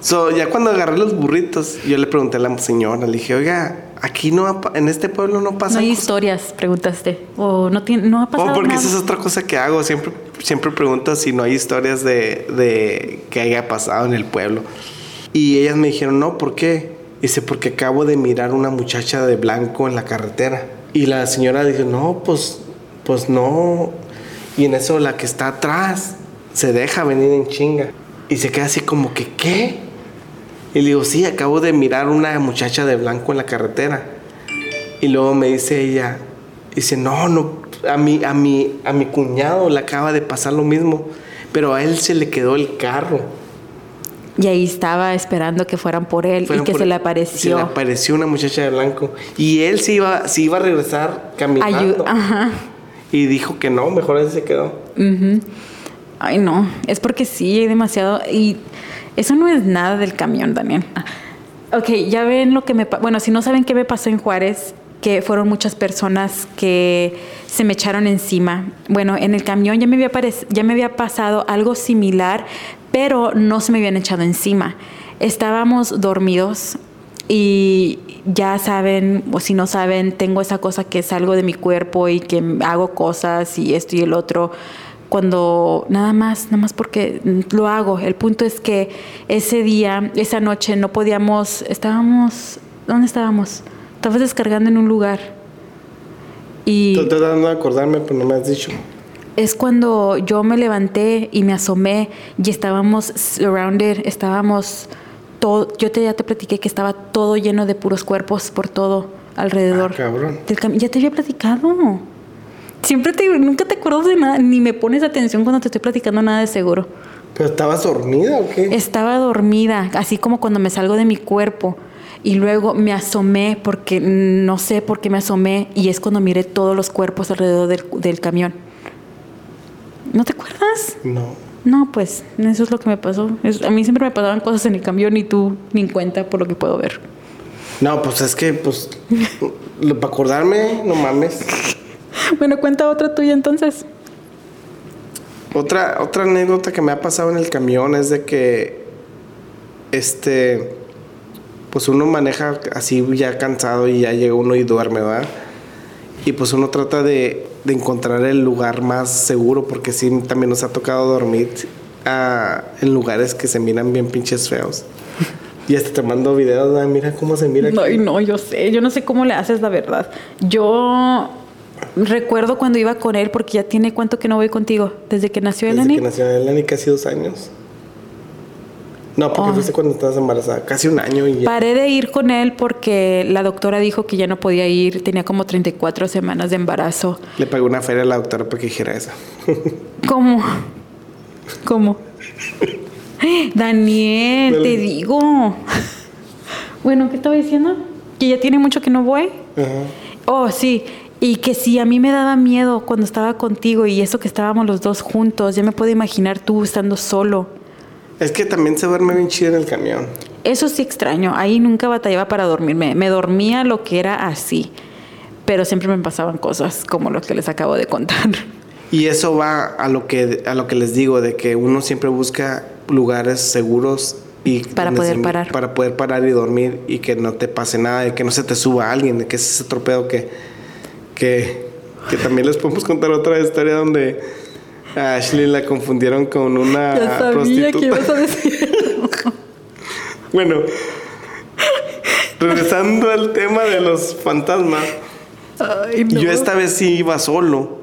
So, ya cuando agarré los burritos, yo le pregunté a la señora, le dije, oiga, aquí no, ha pa- en este pueblo no
no
pasa
hay
nada.
historias, preguntaste. O no, tiene, no ha pasado
Oh, porque
nada.
esa es otra cosa que hago. Siempre, siempre pregunto si no hay historias de, de que haya pasado en el pueblo. Y ellas me dijeron, no, ¿por qué? Dice, porque acabo de mirar una muchacha de blanco en la carretera. Y la señora dijo, no, pues, pues no. Y en eso la que está atrás se deja venir en chinga. Y se queda así como que, ¿qué? Y le digo, sí, acabo de mirar una muchacha de blanco en la carretera. Y luego me dice ella, dice, no, no, a mi, a mi, a mi cuñado le acaba de pasar lo mismo, pero a él se le quedó el carro.
Y ahí estaba esperando que fueran por él
Fueron
y que
por-
se le
Se le
apareció.
apareció una muchacha de blanco. Y él se iba, se iba a regresar
Ayu- ah.
caminando.
Ajá.
Y dijo que no, mejor él se quedó.
Ujú. Ay, no. Es porque sí, hay demasiado. Y eso no es nada del camión, Daniel. Ah, Ok, ya ven lo que me... pa- Bueno, si no saben qué me pasó en Juárez, que fueron muchas personas que se me echaron encima. Bueno, en el camión ya me había, parec- ya me había pasado algo similar, pero no se me habían echado encima. Estábamos dormidos y ya saben, o si no saben, tengo esa cosa que salgo de mi cuerpo y que hago cosas y esto y el otro. Cuando nada más, nada más porque mm, lo hago. El punto es que ese día, esa noche, no podíamos, estábamos, ¿dónde estábamos? Estabas descargando en un lugar. Y
Estoy tratando de acordarme, pero no me has dicho.
es cuando yo me levanté y me asomé y estábamos surrounded, estábamos todo, yo te, ya te platiqué que estaba todo lleno de puros cuerpos por todo alrededor.
Ah, cabrón.
Del cam- ya te había platicado. Siempre te, nunca te acuerdas de nada, ni me pones atención cuando te estoy platicando nada de seguro.
¿Pero estabas dormida o qué?
Estaba dormida, así como cuando me salgo de mi cuerpo. Y luego me asomé, porque mm, no sé por qué me asomé, y es cuando miré todos los cuerpos alrededor del, del camión. ¿No te acuerdas?
No.
No, pues eso es lo que me pasó. Es- a mí siempre me pasaban cosas en el camión y tú ni en cuenta por lo que puedo ver.
No, pues es que, pues, lo- para acordarme, no mames.
Bueno, cuenta otra tuya entonces.
Otra, otra anécdota que me ha pasado en el camión es de que, este, pues uno maneja así ya cansado y ya llega uno y duerme, ¿verdad? Y pues uno trata de, de encontrar el lugar más seguro porque sí, también nos ha tocado dormir ah, en lugares que se miran bien pinches feos. Y hasta te mando videos, ¿verdad? mira cómo se mira. aquí.
No, y no, yo sé, yo no sé cómo le haces la verdad. Yo recuerdo cuando iba con él, porque ya tiene cuánto que no voy contigo, desde que nació
Desde
Elani.
que nació Elani casi dos años. No, porque
Oh.
fuiste cuando estabas embarazada, casi un año y ya.
Paré de ir con él porque la doctora dijo que ya no podía ir, tenía como 34 semanas de embarazo.
Le pagué una feria a la doctora para que dijera eso.
¿Cómo? ¿Cómo? Daniel,
Dale.
te digo. Bueno, ¿qué estaba diciendo? Que ya tiene mucho que no voy.
Ajá.
Oh, sí. Y que sí, a mí me daba miedo cuando estaba contigo y eso que estábamos los dos juntos. Ya me puedo imaginar tú estando solo.
Es que también se duerme bien chido en el camión.
Eso sí extraño. Ahí nunca batallaba para dormirme. Me dormía lo que era así. Pero siempre me pasaban cosas como lo que les acabo de contar.
Y eso va a lo que, a lo que les digo, de que uno siempre busca lugares seguros y
Para
donde
poder
se-
parar.
Para poder parar y dormir y que no te pase nada, de que no se te suba alguien, de que es ese tropeo que, que, que también les podemos contar otra historia donde a Ashley la confundieron con una
ya sabía
Ah, prostituta.
que ibas a decir.
Bueno, regresando al tema de los fantasmas.
Ay,
Yo esta vez sí iba solo.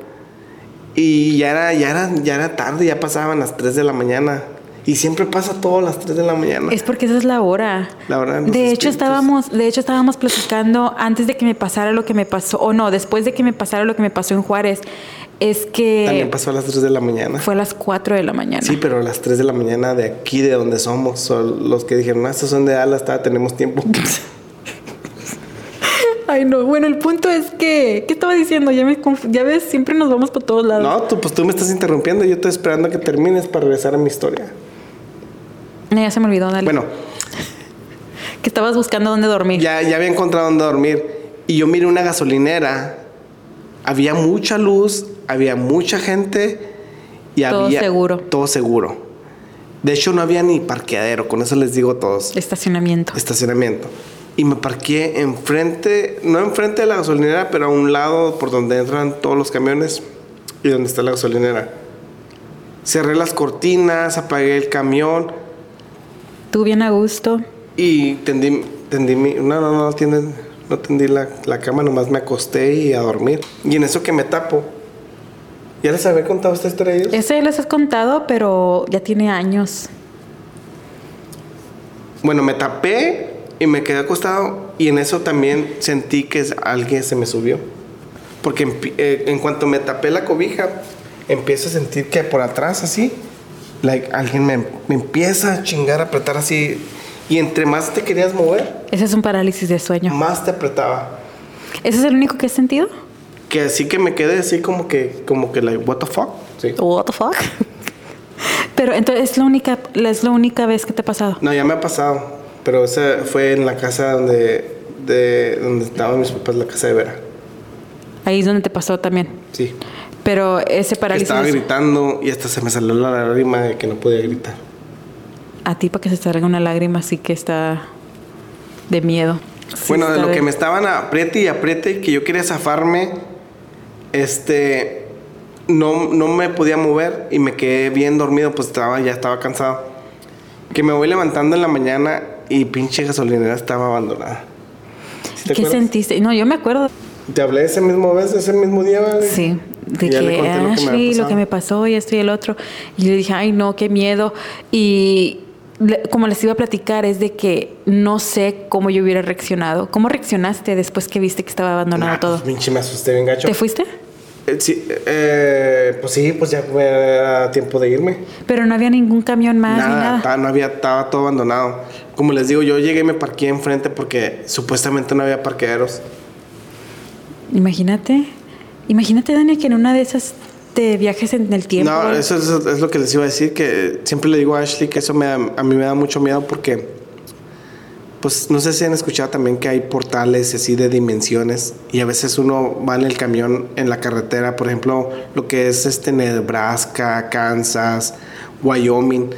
Y ya era, ya era, ya era tarde, ya pasaban las 3 de la mañana. Y siempre pasa todo a las 3 de la mañana.
Es porque esa es la hora.
La hora de
de
los
hecho
espíritus.
estábamos, de hecho estábamos platicando antes de que me pasara lo que me pasó o no, después de que me pasara lo que me pasó en Juárez, es que
También pasó a las 3 de la mañana.
fue a las 4 de la mañana.
Sí, pero a las 3 de la mañana de aquí, de donde somos, son los que dijeron, ah, estos son de Dallas, está, tenemos tiempo.
Ay, no. Bueno, el punto es que ¿qué estaba diciendo? Ya me conf- ya ves, siempre nos vamos por todos lados.
no, tú, pues tú me estás interrumpiendo, yo estoy esperando a que termines para regresar a mi historia.
No, ya se me olvidó, dale.
Bueno,
que estabas buscando dónde dormir.
ya, ya había encontrado dónde dormir y yo miré una gasolinera, había mucha luz, había mucha gente y
Todo
había...
seguro.
Todo seguro. De hecho, no había ni parqueadero, con eso les digo a todos.
Estacionamiento.
estacionamiento. Y me parqué enfrente, no enfrente de la gasolinera, pero a un lado por donde entran todos los camiones y donde está la gasolinera. Cerré las cortinas, apagué el camión
Tú bien a gusto.
y tendí, tendí mi... No, no, no, tienden- no tendí la, la cama, nomás me acosté y a dormir. Y en eso que me tapo. ¿Ya les había contado esta historia a ellos?
Ese les has contado, pero ya tiene años.
Bueno, me tapé y me quedé acostado y en eso también sentí que s- alguien se me subió. Porque en, pi- eh, en cuanto me tapé la cobija, empiezo a sentir que por atrás así, like, alguien me, me empieza a chingar, a apretar así. Y entre más te querías mover,
Ese es un parálisis de sueño.
más te apretaba.
¿Ese es el único que has sentido?
Que así que me quedé así como que, como que, like, what the fuck. Sí.
What the fuck? Pero entonces es la única, es la única vez que te ha pasado.
No, ya me ha pasado. Pero esa fue en la casa donde, de, donde estaban mis papás, la casa de Vera.
Ahí es donde te pasó también.
Sí.
Pero ese parálisis
Estaba
de-
gritando y hasta se me salió la lágrima de que no podía gritar.
a ti para que se salga una lágrima así que está de miedo. Sí,
bueno, de
está
lo que me estaban apriete y apriete, que yo quería zafarme, este, no, no me podía mover y me quedé bien dormido, pues estaba, ya estaba cansado. Que me voy levantando en la mañana y pinche gasolinera estaba abandonada. ¿Sí te
¿Qué
acuerdas?
sentiste? No, yo me acuerdo.
¿Te hablé ese mismo vez, ese mismo día? ¿vale?
Sí, de
Ya le
que
conté lo que me había
Ashley, lo
pasado.
que me pasó y esto y el otro. Y le dije, ay, no, qué miedo. Y le- como les iba a platicar, es de que no sé cómo yo hubiera reaccionado. ¿Cómo reaccionaste después que viste que estaba abandonado
Nah,
todo?
pues, pinche, me asusté bien gacho.
¿Te fuiste?
Eh, sí, eh, pues sí, pues ya fue- era tiempo de irme.
Pero no había ningún camión más ni
Nada,
nada.
ta- no había, estaba todo abandonado. Como les digo, yo llegué y me parqué enfrente porque supuestamente no había parqueaderos.
Imagínate, imagínate, Dani, que en una de esas te viajes en el tiempo.
No, eso es, es lo que les iba a decir, que siempre le digo a Ashley que eso me da- a mí me da mucho miedo porque, pues no sé si han escuchado también que hay portales así de dimensiones y a veces uno va en el camión en la carretera, por ejemplo, lo que es este Nebraska, Kansas, Wyoming.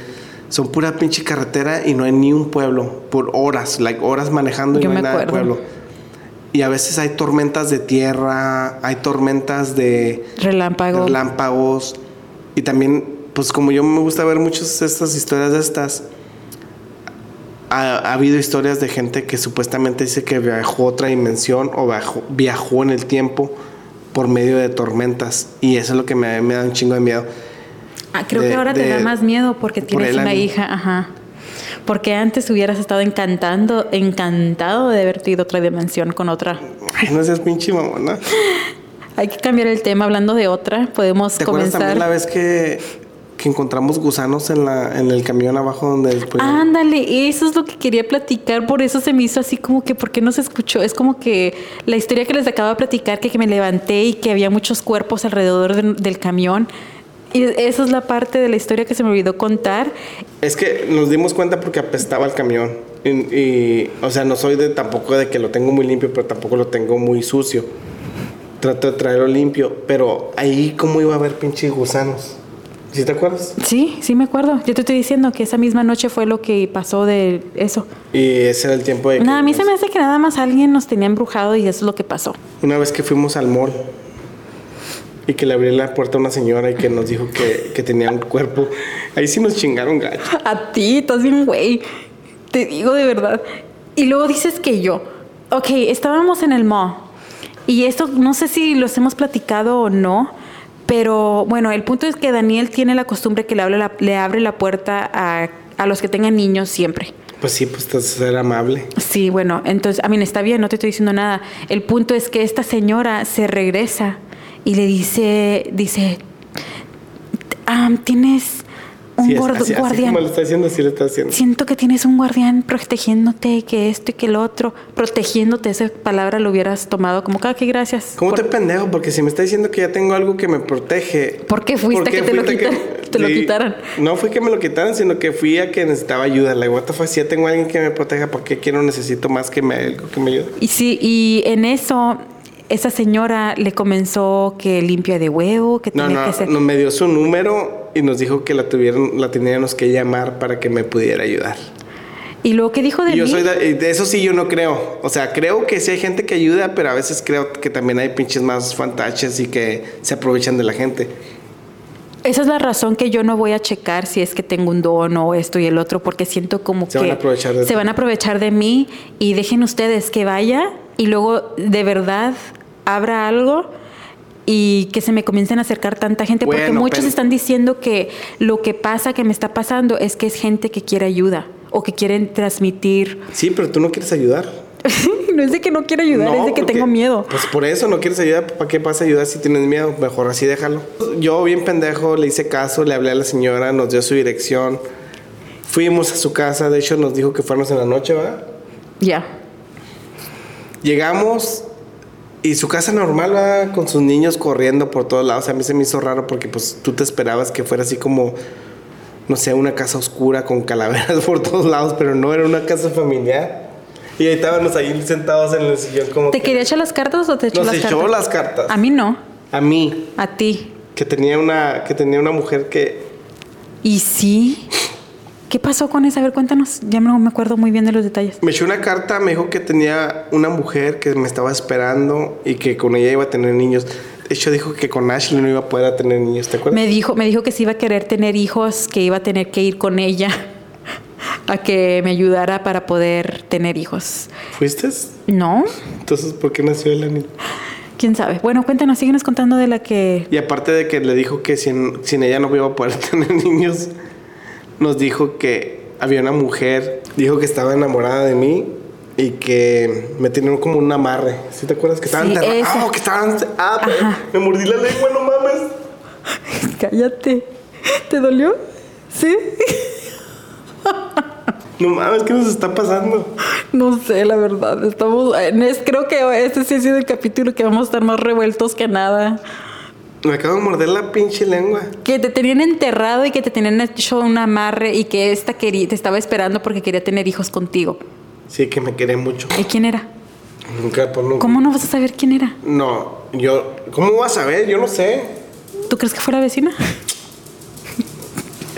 Son pura pinche carretera y no hay ni un pueblo por horas, like horas manejando y
Yo
no
me
hay nada de
acuerdo.
pueblo. Y a veces hay tormentas de tierra, hay tormentas de
Relámpago.
relámpagos. Y también, pues como yo me gusta ver muchas de estas historias de estas, ha, ha habido historias de gente que supuestamente dice que viajó a otra dimensión o viajó, viajó en el tiempo por medio de tormentas. Y eso es lo que me, me da un chingo de miedo.
Ah, creo
de-
que ahora te
de-
da más miedo porque
por
tienes
el
una
ánimo.
hija, ajá. Porque antes hubieras estado encantando, encantado de haberte ido a otra dimensión con otra.
Ay, no seas pinche mamona.
Hay que cambiar el tema hablando de otra. Podemos
¿Te acuerdas
comenzar.
también la vez que, que encontramos gusanos en, la, en el camión abajo donde... ponían-
Ah, Ándale, eso es lo que quería platicar, por eso se me hizo así como que, ¿por qué no se escuchó? Es como que la historia que les acabo de platicar, que, que me levanté y que había muchos cuerpos alrededor de- del camión. Y esa es la parte de la historia que se me olvidó contar.
Es que nos dimos cuenta porque apestaba el camión. Y, y, o sea, no soy de tampoco de que lo tengo muy limpio, pero tampoco lo tengo muy sucio. Trato de traerlo limpio, pero ahí cómo iba a haber pinches gusanos. ¿Sí te acuerdas?
Sí, sí me acuerdo. Yo te estoy diciendo que esa misma noche fue lo que pasó de eso.
Y ese era el tiempo de que-
Nada, a mí se me hace que nada más alguien nos tenía embrujado y eso es lo que pasó.
una vez que fuimos al mall y que le abrí la puerta a una señora y que nos dijo que, que tenía un cuerpo. Ahí sí nos chingaron gacho.
A ti, estás bien, güey. Te digo de verdad. Y luego dices que yo. Ok, estábamos en el mall. Y esto no sé si los hemos platicado o no, Pero bueno, el punto es que Daniel tiene la costumbre que le, habla la- le abre la puerta a, a los que tengan niños siempre.
Pues sí, pues estás ser amable.
Sí, bueno, entonces, a mí está bien, no te estoy diciendo nada. El punto es que esta señora se regresa y le dice, dice, "Am, tienes un
Sí, es-
gordo-
así- así
guardián.
como lo está haciendo, sí lo está haciendo.
Siento que tienes un guardián protegiéndote, que esto y que lo otro, protegiéndote, esa palabra lo hubieras tomado como, "Ah, qué gracias.
¿Cómo te pendejo? Porque si me está diciendo que ya tengo algo que me protege.
¿Por qué fuiste a que te lo quitar- te lo quitaran?
No fue que me lo quitaran, sino que fui a que necesitaba ayuda. La what the fuck, si ya tengo a alguien que me proteja, ¿por qué quiero necesito más que me, algo que me ayude?
Y sí, y en eso, esa señora le comenzó que limpia de huevo, que
No,
tenía
no,
que hacer...
no, me dio su número y nos dijo que la tuvieran, la teníamos que llamar para que me pudiera ayudar.
Y luego, ¿qué dijo Ah, de
Y yo
mí?
soy de, de eso sí yo no creo. O sea, creo que sí hay gente que ayuda, pero a veces creo que también hay pinches más fantaches y que se aprovechan de la gente.
Esa es la razón que yo no voy a checar si es que tengo un don o esto y el otro, porque siento como
Se
que
van a aprovechar de
se
ti.
van a aprovechar de mí y dejen ustedes que vaya y luego de verdad abra algo y que se me comiencen a acercar tanta gente, porque
Bueno,
muchos
pero-
están diciendo que lo que pasa, que me está pasando, es que es gente que quiere ayuda o que quieren transmitir.
Sí, pero tú no quieres ayudar.
no es de que no quiero ayudar,
No,
es de que
porque-
tengo miedo.
Pues por eso no quieres ayudar. ¿Para qué vas a ayudar si tienes miedo? Mejor así déjalo. Yo, bien pendejo, le hice caso, le hablé a la señora, nos dio su dirección. Fuimos a su casa, de hecho nos dijo que fuéramos en la noche, ¿verdad?
Ya.
Llegamos y su casa normal, ¿verdad? con sus niños corriendo por todos lados. A mí se me hizo raro porque pues tú te esperabas que fuera así como, no sé, una casa oscura con calaveras por todos lados, pero no era una casa familiar. Y ahí estábamos ahí sentados en el sillón como...
¿Te
que-
quería echar las cartas o te echó
Nos
las
echó
cartas?
las cartas.
A mí no,
A mí,
a ti.
que tenía una, que tenía una mujer que
¿Y sí? ¿Qué pasó con esa? A ver, cuéntanos. Ya no me acuerdo muy bien de los detalles.
me echó una carta, me dijo que tenía una mujer que me estaba esperando y que con ella iba a tener niños. De hecho, dijo que con Ashley no iba a poder tener niños, ¿te acuerdas?
Me dijo, me dijo que si iba a querer tener hijos, que iba a tener que ir con ella a que me ayudara para poder tener hijos.
¿Fuiste?
¿No?
Entonces, ¿por qué nació el niña?
¿Quién sabe? Bueno, cuéntanos, síguenos contando de la que...
Y aparte de que le dijo que sin, sin ella no iba a poder tener niños, nos dijo que había una mujer, dijo que estaba enamorada de mí y que me tenía como un amarre. ¿Sí te acuerdas? Que estaban
Sí,
enterrados.
esa.
Ah, que estaban. Ah,
Ajá.
me mordí la lengua, no mames.
Cállate. ¿Te dolió? ¿Sí?
No mames, ¿qué nos está pasando?
No sé, la verdad. Estamos... en es- creo que este sí ha sido el capítulo que vamos a estar más revueltos que nada.
Me acabo de morder la pinche lengua.
Que te tenían enterrado y que te tenían hecho un amarre y que esta quería, te estaba esperando porque quería tener hijos contigo.
Sí, que me quería mucho.
¿Y quién era?
Nunca, por nunca.
¿Cómo no vas a saber quién era?
No, yo. ¿Cómo vas a ver? Yo no sé.
¿Tú crees que fue la vecina?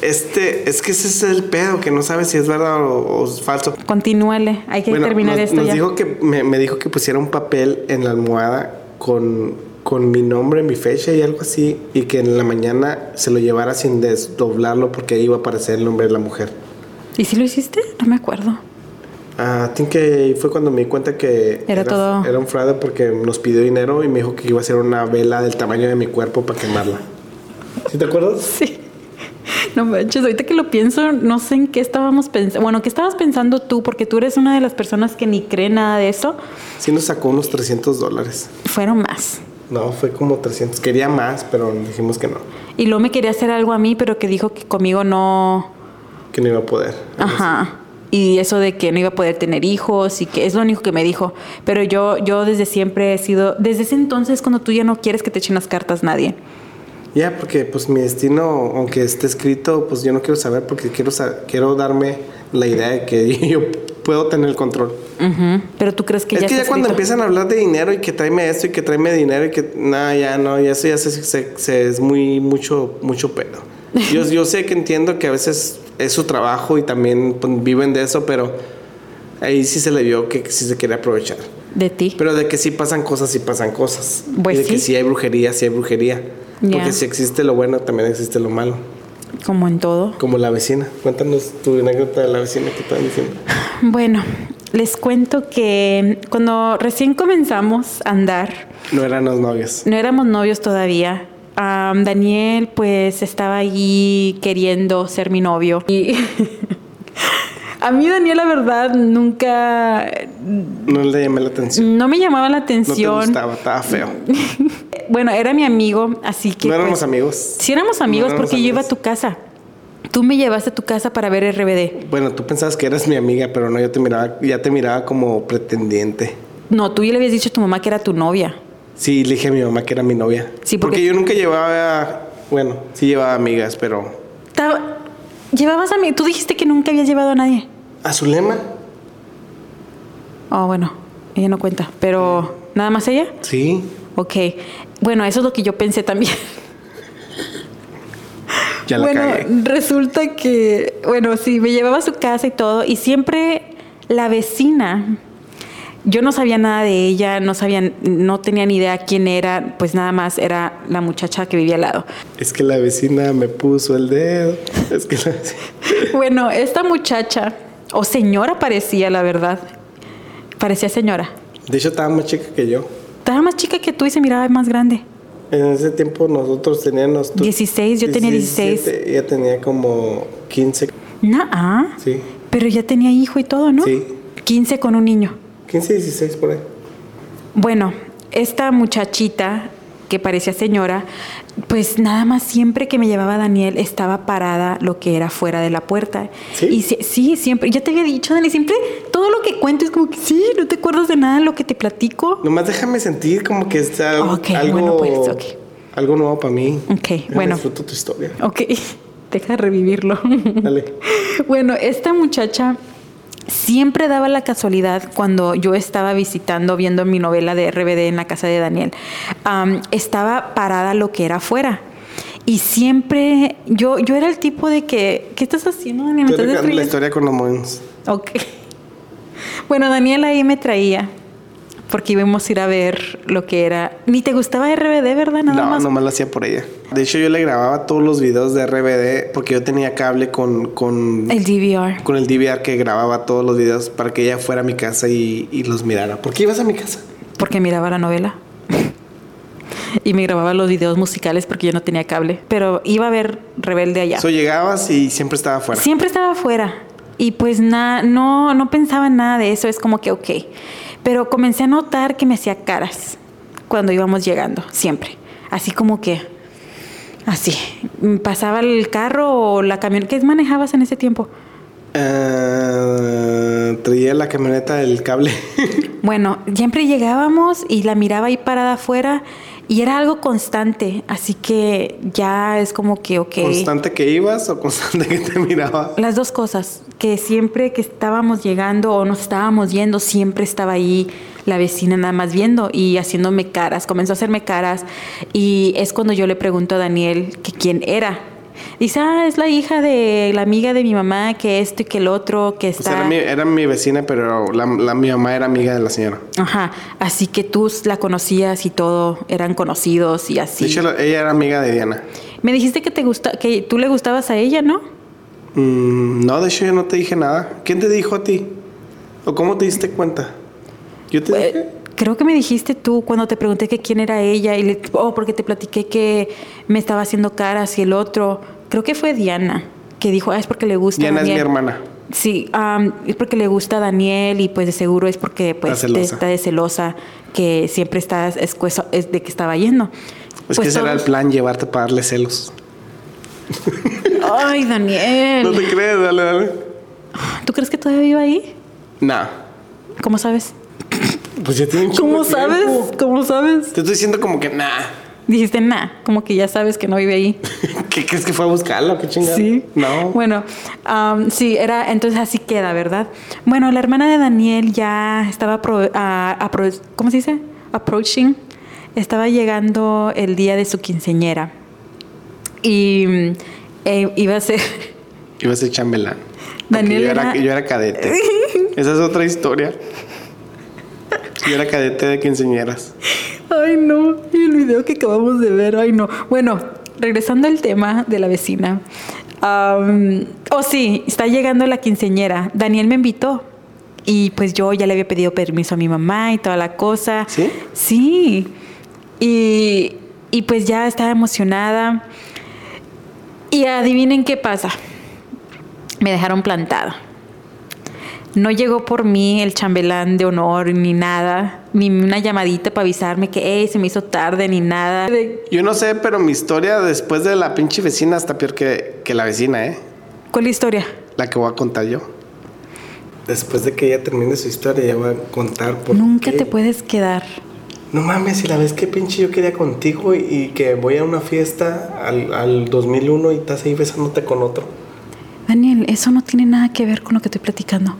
Este, es que ese es el pedo, que no sabes si es verdad o, o es falso.
Continúale, hay que terminar
nos,
esto
nos
ya.
dijo que me, me dijo que pusiera un papel en la almohada con, con mi nombre, mi fecha y algo así, y que en la mañana se lo llevara sin desdoblarlo porque ahí iba a aparecer el nombre de la mujer.
¿Y si lo hiciste? No me acuerdo.
Ah, think que fue cuando me di cuenta que
Era todo.
era un fraude porque nos pidió dinero y me dijo que iba a hacer una vela del tamaño de mi cuerpo para quemarla. ¿Sí te acuerdas?
Sí. No manches, ahorita que lo pienso, no sé en qué estábamos pensando. Bueno, ¿qué estabas pensando tú? Porque tú eres una de las personas que ni cree nada de eso.
Sí nos sacó unos 300 dólares.
Fueron más.
No, fue como 300. Quería más, pero dijimos que no,
Y luego me quería hacer algo a mí, pero que dijo que conmigo no,
que no iba a poder.
Ah. Ajá. Y eso de que no iba a poder tener hijos y que es lo único que me dijo. Pero yo, yo desde siempre he sido, desde ese entonces cuando tú ya no quieres que te echen las cartas nadie.
Ya, porque pues mi destino, aunque esté escrito, pues yo no quiero saber porque quiero, sa- quiero darme la idea de que yo puedo tener el control.
Ujú. Pero tú crees que
es
ya
que ya
está
cuando
escrito.
empiezan a hablar de dinero y que tráeme esto y que tráeme dinero y que nada, ya no, ya eso ya se, se- se- es muy mucho mucho pedo. Yo, yo sé que entiendo que a veces es su trabajo y también pues, viven de eso, pero ahí sí se le vio que sí se quiere aprovechar.
de ti.
Pero de que sí pasan cosas, sí pasan cosas.
Pues
y de que
sí.
sí hay brujería, sí hay brujería.
Ya.
Porque si existe lo bueno, también existe lo malo.
Como en todo.
Como la vecina. Cuéntanos tu anécdota de la vecina que estaban diciendo.
Bueno, les cuento que cuando recién comenzamos a andar,
No eran los novios.
no éramos novios todavía. am, Daniel pues estaba allí queriendo ser mi novio. Y a mí Daniel la verdad nunca
No le llamé la atención.
no me llamaba la
No te
atención. Eh,
gustaba, estaba feo.
bueno, era mi amigo, así que
No éramos
pues,
amigos.
si éramos amigos
éramos
porque yo iba a
amigos.
tu casa. Tú me llevaste a tu casa para ver RBD.
Bueno, tú pensabas que eras mi amiga, pero no, yo te miraba, ya te miraba como pretendiente.
No, tú ya le habías dicho a tu mamá que era tu novia.
Sí, le dije a mi mamá que era mi novia.
Sí, porque-
porque... yo nunca llevaba, bueno, sí llevaba amigas, pero
Ta- Llevabas a mí. Tú dijiste que nunca habías llevado a nadie.
a Zulema,
Oh, bueno, ella no cuenta, pero nada más ella.
sí.
Ok. Bueno, eso es lo que yo pensé también.
Ya la
bueno,
cagué.
resulta que, bueno, sí, me llevaba a su casa y todo, y siempre la vecina, yo no sabía nada de ella, no sabía, no tenía ni idea quién era, pues nada más era la muchacha que vivía al lado.
Es que la vecina me puso el dedo. Es que la vecina...
Bueno, esta muchacha, o señora parecía, la verdad, parecía señora.
De hecho, estaba más chica que yo.
Estaba más chica que tú y se miraba más grande.
En ese tiempo nosotros teníamos... tú-
16, yo tenía
17, Ella tenía como 15,
Nah, ah,
sí.
pero ya tenía hijo y todo, ¿no?
Sí.
15 con un niño.
15, 16 por ahí.
Bueno, esta muchachita que parecía señora, pues nada más siempre que me llevaba Daniel estaba parada lo que era fuera de la puerta.
¿Sí?
Y sí, sí, siempre, ya te había dicho, Dani, siempre todo lo que cuento es como que sí, no te acuerdas de nada de lo que te platico.
Nomás déjame sentir como que está
Ok,
algo...
bueno, pues, ok.
Algo nuevo para mí.
Ok,
Déjame
bueno.
Disfruto tu historia.
Ok, deja de revivirlo.
Dale.
Bueno, esta muchacha siempre daba la casualidad cuando yo estaba visitando, viendo mi novela de RBD en la casa de Daniel, am, estaba parada lo que era afuera. Y siempre, yo, yo era el tipo de que, ¿qué estás haciendo, Daniel? ¿Me
Yo
estás
recuerdo la
destruyendo?"
historia con los Moons.
Ok. Bueno, Daniel ahí me traía, porque íbamos a ir a ver lo que era. Ni te gustaba RBD, ¿verdad? Nada
no,
más.
nomás lo hacía por ella. De hecho, yo le grababa todos los videos de RBD porque yo tenía cable con, con,
El DVR.
con el DVR que grababa todos los videos para que ella fuera a mi casa y, y los mirara. ¿Por qué ibas a mi casa?
Porque miraba la novela. y me grababa los videos musicales porque yo no tenía cable. Pero iba a ver Rebelde allá.
So, llegabas y siempre estaba afuera.
Siempre estaba afuera. Y pues na- no, no pensaba en nada de eso. Es como que ok. Pero comencé a notar que me hacía caras cuando íbamos llegando. Siempre. Así como que... Así. Mm, Pasaba el carro o la camioneta. ¿Qué manejabas en ese tiempo?
Eh, traía la camioneta del cable.
Bueno, siempre llegábamos y la miraba ahí parada afuera y era algo constante, así que ya es como que, ok.
¿Constante que ibas o constante que te miraba?
Las dos cosas, que siempre que estábamos llegando o nos estábamos yendo, siempre estaba ahí la vecina nada más viendo y haciéndome caras, comenzó a hacerme caras y es cuando yo le pregunto a Daniel que quién era. Dice, ah, es la hija de la amiga de mi mamá, que esto y que el otro, que
O
está...
sea, Pues era, mi, era mi vecina, pero la, la- mi mamá era amiga de la señora.
Ajá, así que tú la conocías y todo, eran conocidos y así.
De hecho, la- ella era amiga de Diana.
Me dijiste que te gusta, que tú le gustabas a ella, ¿no?
Mm, no, de hecho yo no te dije nada. ¿Quién te dijo a ti? ¿O cómo te diste cuenta? Yo te
Eh,
dije.
creo que me dijiste tú cuando te pregunté que quién era ella y le, oh, porque te platiqué que me estaba haciendo caras y el otro. Creo que fue Diana que dijo, ah, es porque le gusta. a
Diana es mi
Daniel".
hermana.
Sí, am, es porque le gusta a Daniel y pues de seguro es porque pues
Está celosa.
te- está de celosa que siempre estás es, cueso- es de que estaba yendo.
Es que
Pues
ese era el
todos-
plan, llevarte para darle celos.
Ay,
No
Daniel.
te crees, dale, dale.
¿Tú crees que todavía vive ahí?
Nah.
¿Cómo sabes?
Pues ya tiene un chingo
¿Cómo
de
sabes?
tiempo.
¿Cómo sabes?
Te estoy diciendo como que nah.
Dijiste, nah, como que ya sabes que no vive ahí.
¿Qué crees que fue a buscarla? ¿Qué chingada?
Sí.
No.
Bueno, am, sí, era, entonces así queda, ¿verdad? Bueno, la hermana de Daniel ya estaba, apro- a- apro- ¿cómo se dice? Approaching. Estaba llegando el día de su quinceñera. Y mm, eh, iba a ser...
Iba a ser chambelán.
Daniel
Daniel yo, era,
era-
yo era cadete. Esa es otra historia. Yo era cadete de quinceañeras.
Ay, no, y el video que acabamos de ver, ay, no. Bueno, regresando al tema de la vecina. Am, oh, sí, está llegando la quinceñera. Daniel me invitó. Y pues yo ya le había pedido permiso a mi mamá y toda la cosa.
¿Sí?
Sí. Y, y Y pues ya estaba emocionada. Y adivinen qué pasa. Me dejaron plantada. No llegó por mí el chambelán de honor ni nada, ni una llamadita para avisarme que "Ey, se me hizo tarde ni nada. De-
Yo no sé, pero mi historia después de la pinche vecina está peor que, que la vecina, ¿eh?
¿Cuál historia?
La que voy a contar yo. Después de que ella termine su historia, ya voy a contar por
Nunca
qué.
te puedes quedar.
No mames, y la vez que pinche yo quería contigo y, y que voy a una fiesta al, al 2001 y estás ahí besándote con otro.
Daniel, eso no tiene nada que ver con lo que estoy platicando.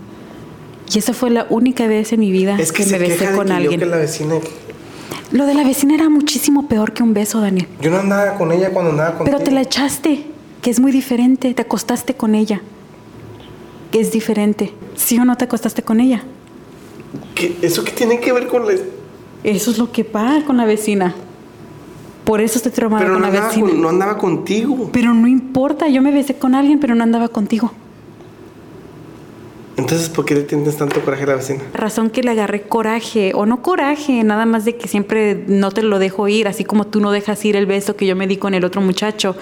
Y esa fue la única vez en mi vida
Es que,
Ah, me
se
besé
queja de
con
que
alguien.
yo que la vecina...
Lo de la vecina era muchísimo peor que un beso, Daniel.
Yo no andaba con ella cuando andaba con
Pero te la echaste, que es muy diferente. Te acostaste con ella. Que es diferente. ¿Sí o no te acostaste con ella?
¿Eso qué tiene que ver con la...
Eso es lo que pasa con la vecina. Por eso estoy traumada
Pero
con
no
la
andaba,
vecina.
con- no andaba contigo.
Pero no importa, yo me besé con alguien, pero no andaba contigo.
Entonces, ¿por qué le tienes tanto coraje a la vecina?
La razón que le agarré coraje, o no coraje, nada más de que siempre no te lo dejo ir, así como tú no dejas ir el beso que yo me di con el otro muchacho,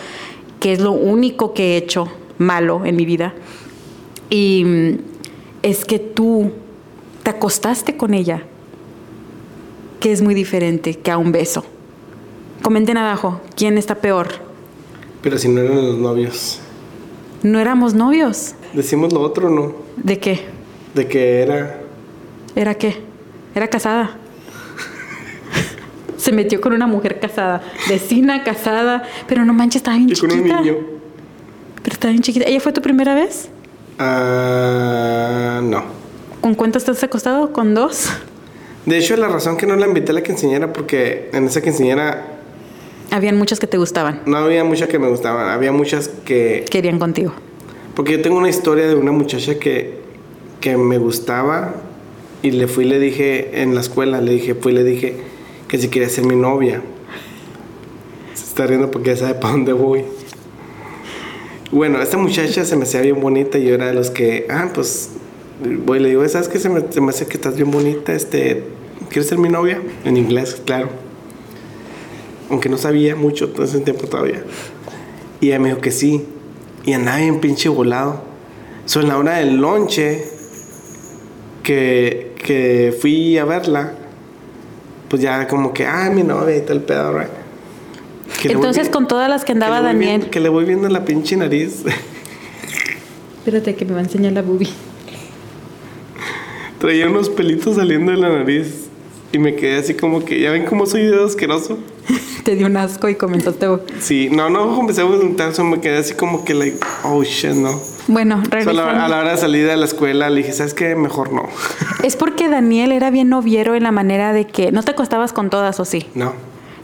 que es lo único que he hecho malo en mi vida. Y mm, es que tú te acostaste con ella, que es muy diferente que a un beso. Comenten abajo, ¿quién está peor?
Pero si no eran los novios.
No éramos novios.
Decimos lo otro, ¿no?
¿De qué?
De que era...
¿Era qué? Era casada. Se metió con una mujer casada, vecina casada, pero no manches, estaba bien
Y con
chiquita.
un niño.
Pero estaba bien chiquita. ¿Ella fue tu primera vez?
Ah, no.
¿Con cuántas estás acostado? ¿Con dos?
De hecho, la razón que no la invité a la quinceañera, porque en esa quinceañera
Habían muchas que te gustaban,
no había muchas que me gustaban, había muchas que...
querían contigo.
Porque yo tengo una historia de una muchacha que, que me gustaba y le fui y le dije en la escuela, le dije, fui y le dije que si quería ser mi novia. Se está riendo porque ya sabe para dónde voy. Bueno, esta muchacha se me hacía bien bonita y yo era de los que, ah, pues, voy y le digo, ¿sabes qué? Se me, se me hace que estás bien bonita, este, ¿quieres ser mi novia? En inglés, claro. Aunque no sabía mucho todo ese tiempo todavía. Y ella me dijo que sí. Y andaba bien pinche volado. So, en la hora del lonche, que, que fui a verla, pues ya como que, ah, mi novia y tal pedo, right? Que le voy
Entonces,
vi-
con todas las que
que
andaba
le voy
Daniel.
viendo- que le voy viendo la pinche nariz.
Espérate que me va a enseñar la boobie.
Traía unos pelitos saliendo de la nariz. Y me quedé así como que, ¿ya ven cómo soy de asqueroso?
Te dio un asco y comentaste.
Sí, no, no, comencé a preguntar, so me quedé así como que, like, oh shit, no.
Bueno,
So, a, la, a
regresando.
la hora de salir de la escuela le dije, ¿sabes qué? Mejor no.
Es porque Daniel era bien noviero en la manera de que no te acostabas con todas o sí.
No.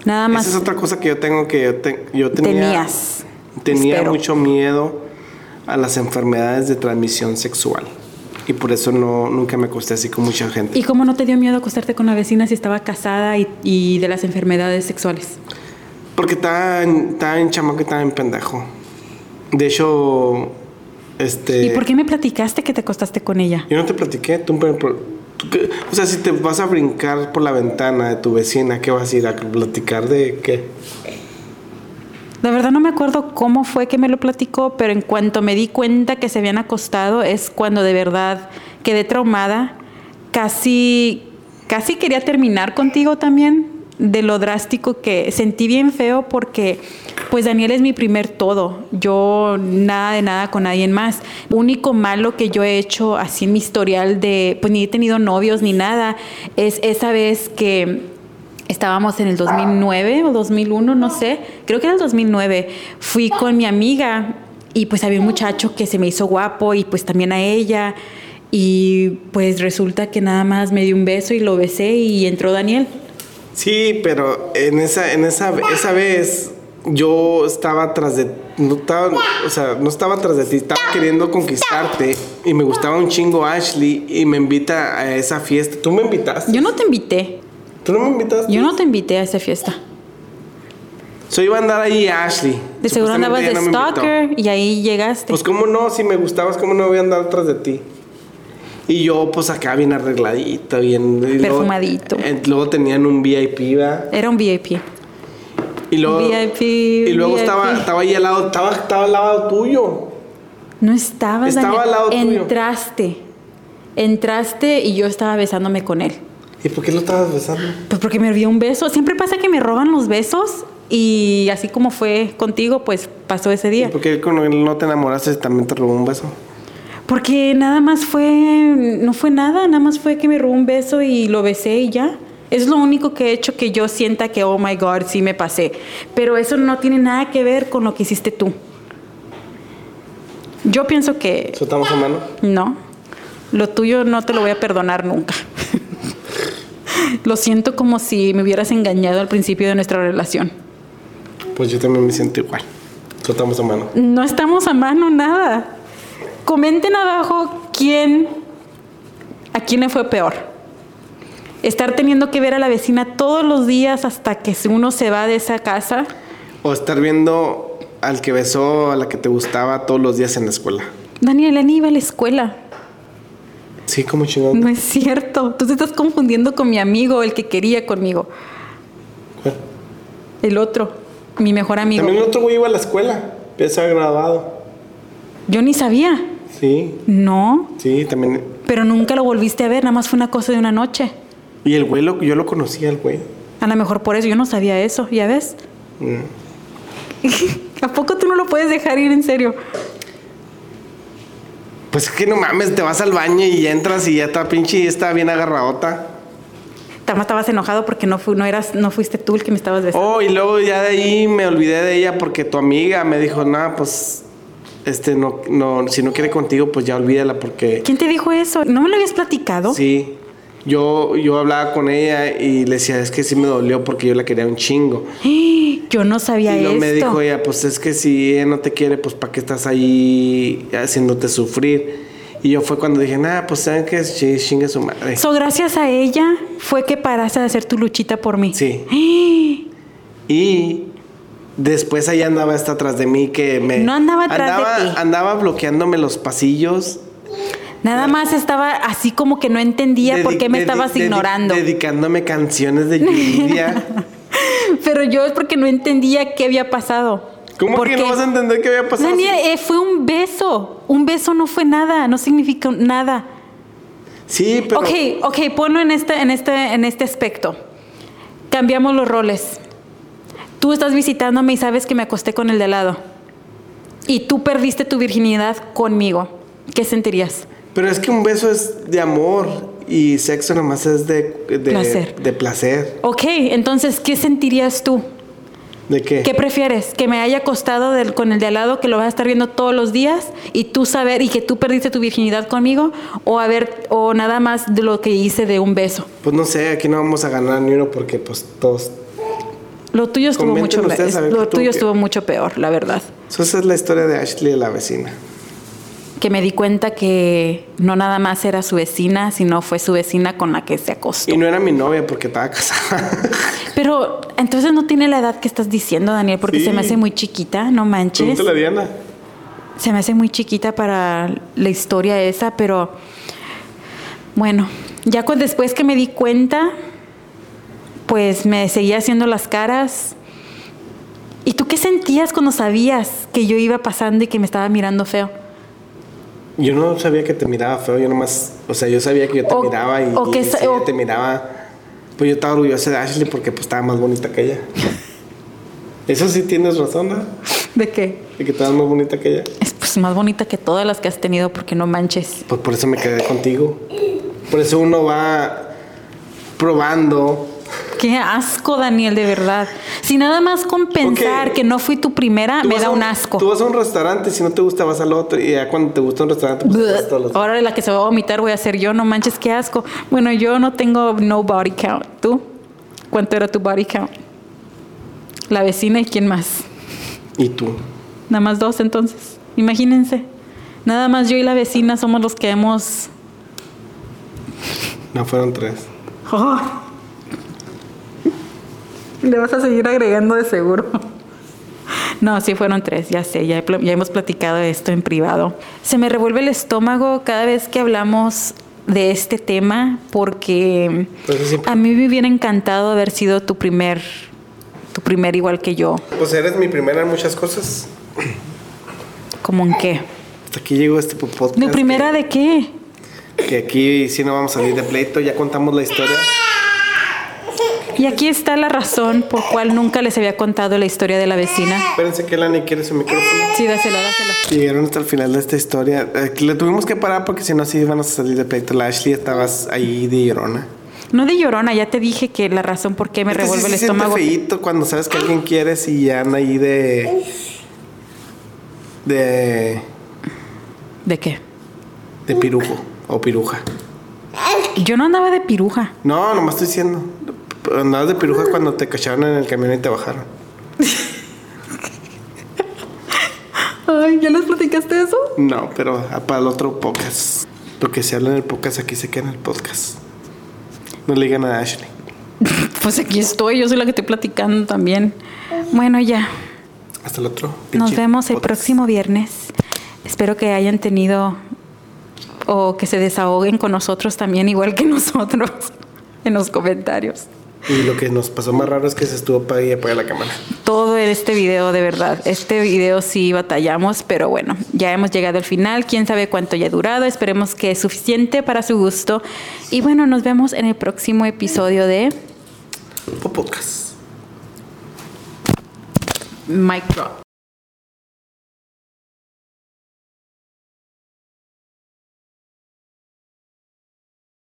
Nada más.
Esa es otra cosa que yo tengo que yo, te- yo tenía.
Tenías.
Tenía
Espero.
mucho miedo a las enfermedades de transmisión sexual. Y por eso no, nunca me acosté así con mucha gente.
¿Y cómo no te dio miedo acostarte con la vecina si estaba casada y, y de las enfermedades sexuales?
Porque estaba en, estaba en chamaco y estaba en pendejo. De hecho, este.
¿Y por qué me platicaste que te acostaste con ella?
Yo no te platiqué. Tú, me- tú que- o sea, si te vas a brincar por la ventana de tu vecina, ¿qué vas a ir a platicar de qué?
La verdad no me acuerdo cómo fue que me lo platicó, pero en cuanto me di cuenta que se habían acostado es cuando de verdad quedé traumada. Casi, casi quería terminar contigo también de lo drástico que sentí bien feo porque pues Daniel es mi primer todo. Yo nada de nada con nadie más. Único malo que yo he hecho así en mi historial de pues ni he tenido novios ni nada es esa vez que Estábamos en el 2009 o 2001, no sé, creo que era el 2009. Fui con mi amiga y pues había un muchacho que se me hizo guapo y pues también a ella. Y pues resulta que nada más me dio un beso y lo besé y entró Daniel.
Sí, pero en esa, en esa, esa vez yo estaba atrás de, no estaba, o sea, no estaba atrás de ti, estaba queriendo conquistarte y me gustaba un chingo Ashley y me invita a esa fiesta. ¿Tú me invitaste?
Yo no te invité,
¿Tú no me invitaste?
yo no te invité a esa fiesta.
So iba a andar ahí a Ashley.
De seguro
Supuestamente
andabas de
ella no me invitó.
stalker y ahí llegaste.
Pues cómo no, si me gustabas, cómo no voy a andar atrás de ti. Y yo pues acá bien arregladito, bien y luego-
Perfumadito.
eh, Luego, tenían un VIP, ¿verdad?
Era un VIP.
Y luego,
VIP,
y luego
VIP.
estaba, estaba ahí al lado, estaba, estaba al lado tuyo.
No estaba,
Estaba
Daniel.
al lado tuyo.
Entraste. Entraste y yo estaba besándome con él.
¿Y por qué lo estabas besando?
Pues porque me dio un beso. Siempre pasa que me roban los besos y así como fue contigo, pues pasó ese
¿Y
día.
por qué cuando no te enamoraste también te robó un beso?
Porque nada más fue, no fue nada, nada más fue que me robó un beso y lo besé y ya. Es lo único que he hecho que yo sienta que, oh my God, sí me pasé. Pero eso no tiene nada que ver con lo que hiciste tú. Yo pienso que
¿Eso estamos en mano?
no, lo tuyo no te lo voy a perdonar nunca. lo siento como si me hubieras engañado al principio de nuestra relación.
Pues yo también me siento igual. Eso estamos en mano.
No estamos a mano nada. Comenten abajo quién a quién le fue peor. Estar teniendo que ver a la vecina todos los días hasta que uno se va de esa casa.
O estar viendo al que besó, a la que te gustaba todos los días en la escuela.
Daniel, Ani iba a la escuela.
Sí, como chingón.
No es cierto. Tú te estás confundiendo con mi amigo, el que quería conmigo.
¿Cuál?
El otro, mi mejor amigo.
También el otro güey iba a la escuela. Ya estaba graduado.
Yo ni sabía.
Sí,
No,
sí, también.
pero nunca lo volviste a ver. Nada más fue una cosa de una noche.
Y el güey, lo- yo lo conocía, el güey.
A lo mejor por eso. Yo no sabía eso, ¿ya ves?
Mm.
¿A poco tú no lo puedes dejar ir en serio?
Pues es que no mames, te vas al baño y ya entras y ya está pinche y está bien agarradota.
Tama, estabas enojado porque no, fu- no, eras, no fuiste tú el que me estabas besando.
Oh, y luego ya de ahí me olvidé de ella porque tu amiga me dijo, nada, pues, este, no, no, si no quiere contigo, pues ya olvídala porque...
¿Quién te dijo eso? ¿No me lo habías platicado?
Sí, yo, yo hablaba con ella y le decía, es que sí me dolió porque yo la quería un chingo.
Yo no sabía
Y luego
esto.
me dijo ella, pues es que si ella no te quiere, pues ¿para qué estás ahí haciéndote sufrir? Y yo fue cuando dije, nada, pues saben que chingue su madre.
So, gracias a ella fue que paraste de hacer tu luchita por mí.
Sí.
¡Eh!
Y después ahí andaba esta atrás de mí que me...
No andaba atrás de
andaba-
ti.
Andaba bloqueándome los pasillos.
Nada más estaba así como que no entendía por
dedi-
qué me
dedi-
estabas
dedi-
ignorando.
Dedicándome canciones de Yuridia.
Pero yo es porque no entendía qué había pasado.
¿Cómo
¿Por
que
qué?
no vas a entender qué había pasado?
Daniel, eh, fue un beso. Un beso no fue nada, no significa nada.
Sí, pero...
Ok, ok, ponlo en este, en este, en este aspecto. Cambiamos los roles. Tú estás visitándome y sabes que me acosté con el de al lado. Y tú perdiste tu virginidad conmigo. ¿Qué sentirías?
Pero es que un beso es de amor y sexo nomás es de, de
Placer.
De placer.
Ok, entonces, ¿qué sentirías tú?
¿De qué?
¿Qué prefieres? ¿Que me haya acostado del- con el de al lado, que lo vas a estar viendo todos los días y tú saber y que tú perdiste tu virginidad conmigo? ¿O, a ver, o nada más de lo que hice de un beso?
Pues no sé, aquí no vamos a ganar ni uno porque pues todos...
Lo tuyo estuvo,
Comenten
mucho,
ustedes a
pe-
ver
lo
qué tuvo
tuyo
que-
estuvo mucho peor, la verdad.
So, esa es la historia de Ashley y la vecina.
que me di cuenta que no nada más era su vecina, sino fue su vecina con la que se acostó.
Y no era mi novia porque estaba casada.
Pero entonces no tiene la edad que estás diciendo, Daniel, porque
Sí.
se me hace muy chiquita, no manches.
Pregúntale a Diana.
Se me hace muy chiquita para la historia esa, pero bueno, ya cu- después que me di cuenta, pues me seguía haciendo las caras. ¿Y tú qué sentías cuando sabías que yo iba pasando y que me estaba mirando feo?
Yo no sabía que te miraba feo, yo nomás, o sea, yo sabía que yo te
O-
miraba y,
o que
y
sa-
si ella
o-
te miraba, pues yo estaba orgullosa de Ashley porque pues estaba más bonita que ella. Eso sí tienes razón, ¿no?
¿De qué?
De que estabas más bonita que ella.
Es pues más bonita que todas las que has tenido, porque no manches.
Pues por eso me quedé contigo. Por eso uno va probando.
Qué asco, Daniel, de verdad. Si nada más con pensar
Ok.
que no fui tu primera,
Tú
me
vas
da
a
un asco.
Tú vas a un restaurante, si no te gusta vas al otro y ya cuando te gusta un restaurante pues te
Bleh.
vas todos los
Ahora la que se va a vomitar voy a ser yo, no manches, qué asco. Bueno, yo no tengo no body count. ¿Tú? ¿Cuánto era tu body count? La vecina y quién más.
Y tú.
Nada más dos entonces. Imagínense. Nada más yo y la vecina somos los que hemos...
No fueron tres.
Oh. Le vas a seguir agregando de seguro. No, sí fueron tres, ya sé, ya, he pl- ya hemos platicado de esto en privado. Se me revuelve el estómago cada vez que hablamos de este tema porque
Por eso siempre-
a mí me hubiera encantado haber sido tu primer tu primer igual que yo.
Pues eres mi primera en muchas cosas.
¿Cómo en qué?
Hasta aquí llegó este podcast.
¿Mi primera de qué?
Que aquí sí no vamos a salir de pleito, ya contamos la historia.
Y aquí está la razón por cual nunca les había contado la historia de la vecina.
Espérense que Lani quiere su micrófono.
Sí, dáselo, dáselo.
Llegaron hasta el final de esta historia. Eh, le tuvimos que parar porque si no, sí íbamos a salir de pleito. La Ashley estabas ahí de llorona.
No de llorona, ya te dije que la razón por qué me
Este sí
revuelve
se
el
siente
estómago.
feíto cuando sabes que alguien quieres y ya anda ahí de. de.
¿De qué?
de pirujo o piruja.
Yo no andaba de piruja.
No, nomás estoy diciendo. Andabas de piruja cuando te cacharon en el camión y te bajaron.
Ay, ¿ya les platicaste eso?
No, pero a- para el otro podcast. Lo que se habla en el podcast aquí se queda en el podcast. No le digan a Ashley.
Pues aquí estoy, yo soy la que estoy platicando también. Bueno, ya.
Hasta el otro.
Nos
pinche
vemos el
podcast.
próximo viernes. Espero que hayan tenido o que se desahoguen con nosotros también, igual que nosotros, en los comentarios.
Y lo que nos pasó más raro es que se estuvo para y apaga la cámara.
Todo este video, de verdad. Este video sí batallamos, pero bueno, ya hemos llegado al final. Quién sabe cuánto ya ha durado. Esperemos que es suficiente para su gusto. Y bueno, nos vemos en el próximo episodio de
Podcast.
Mic Drop.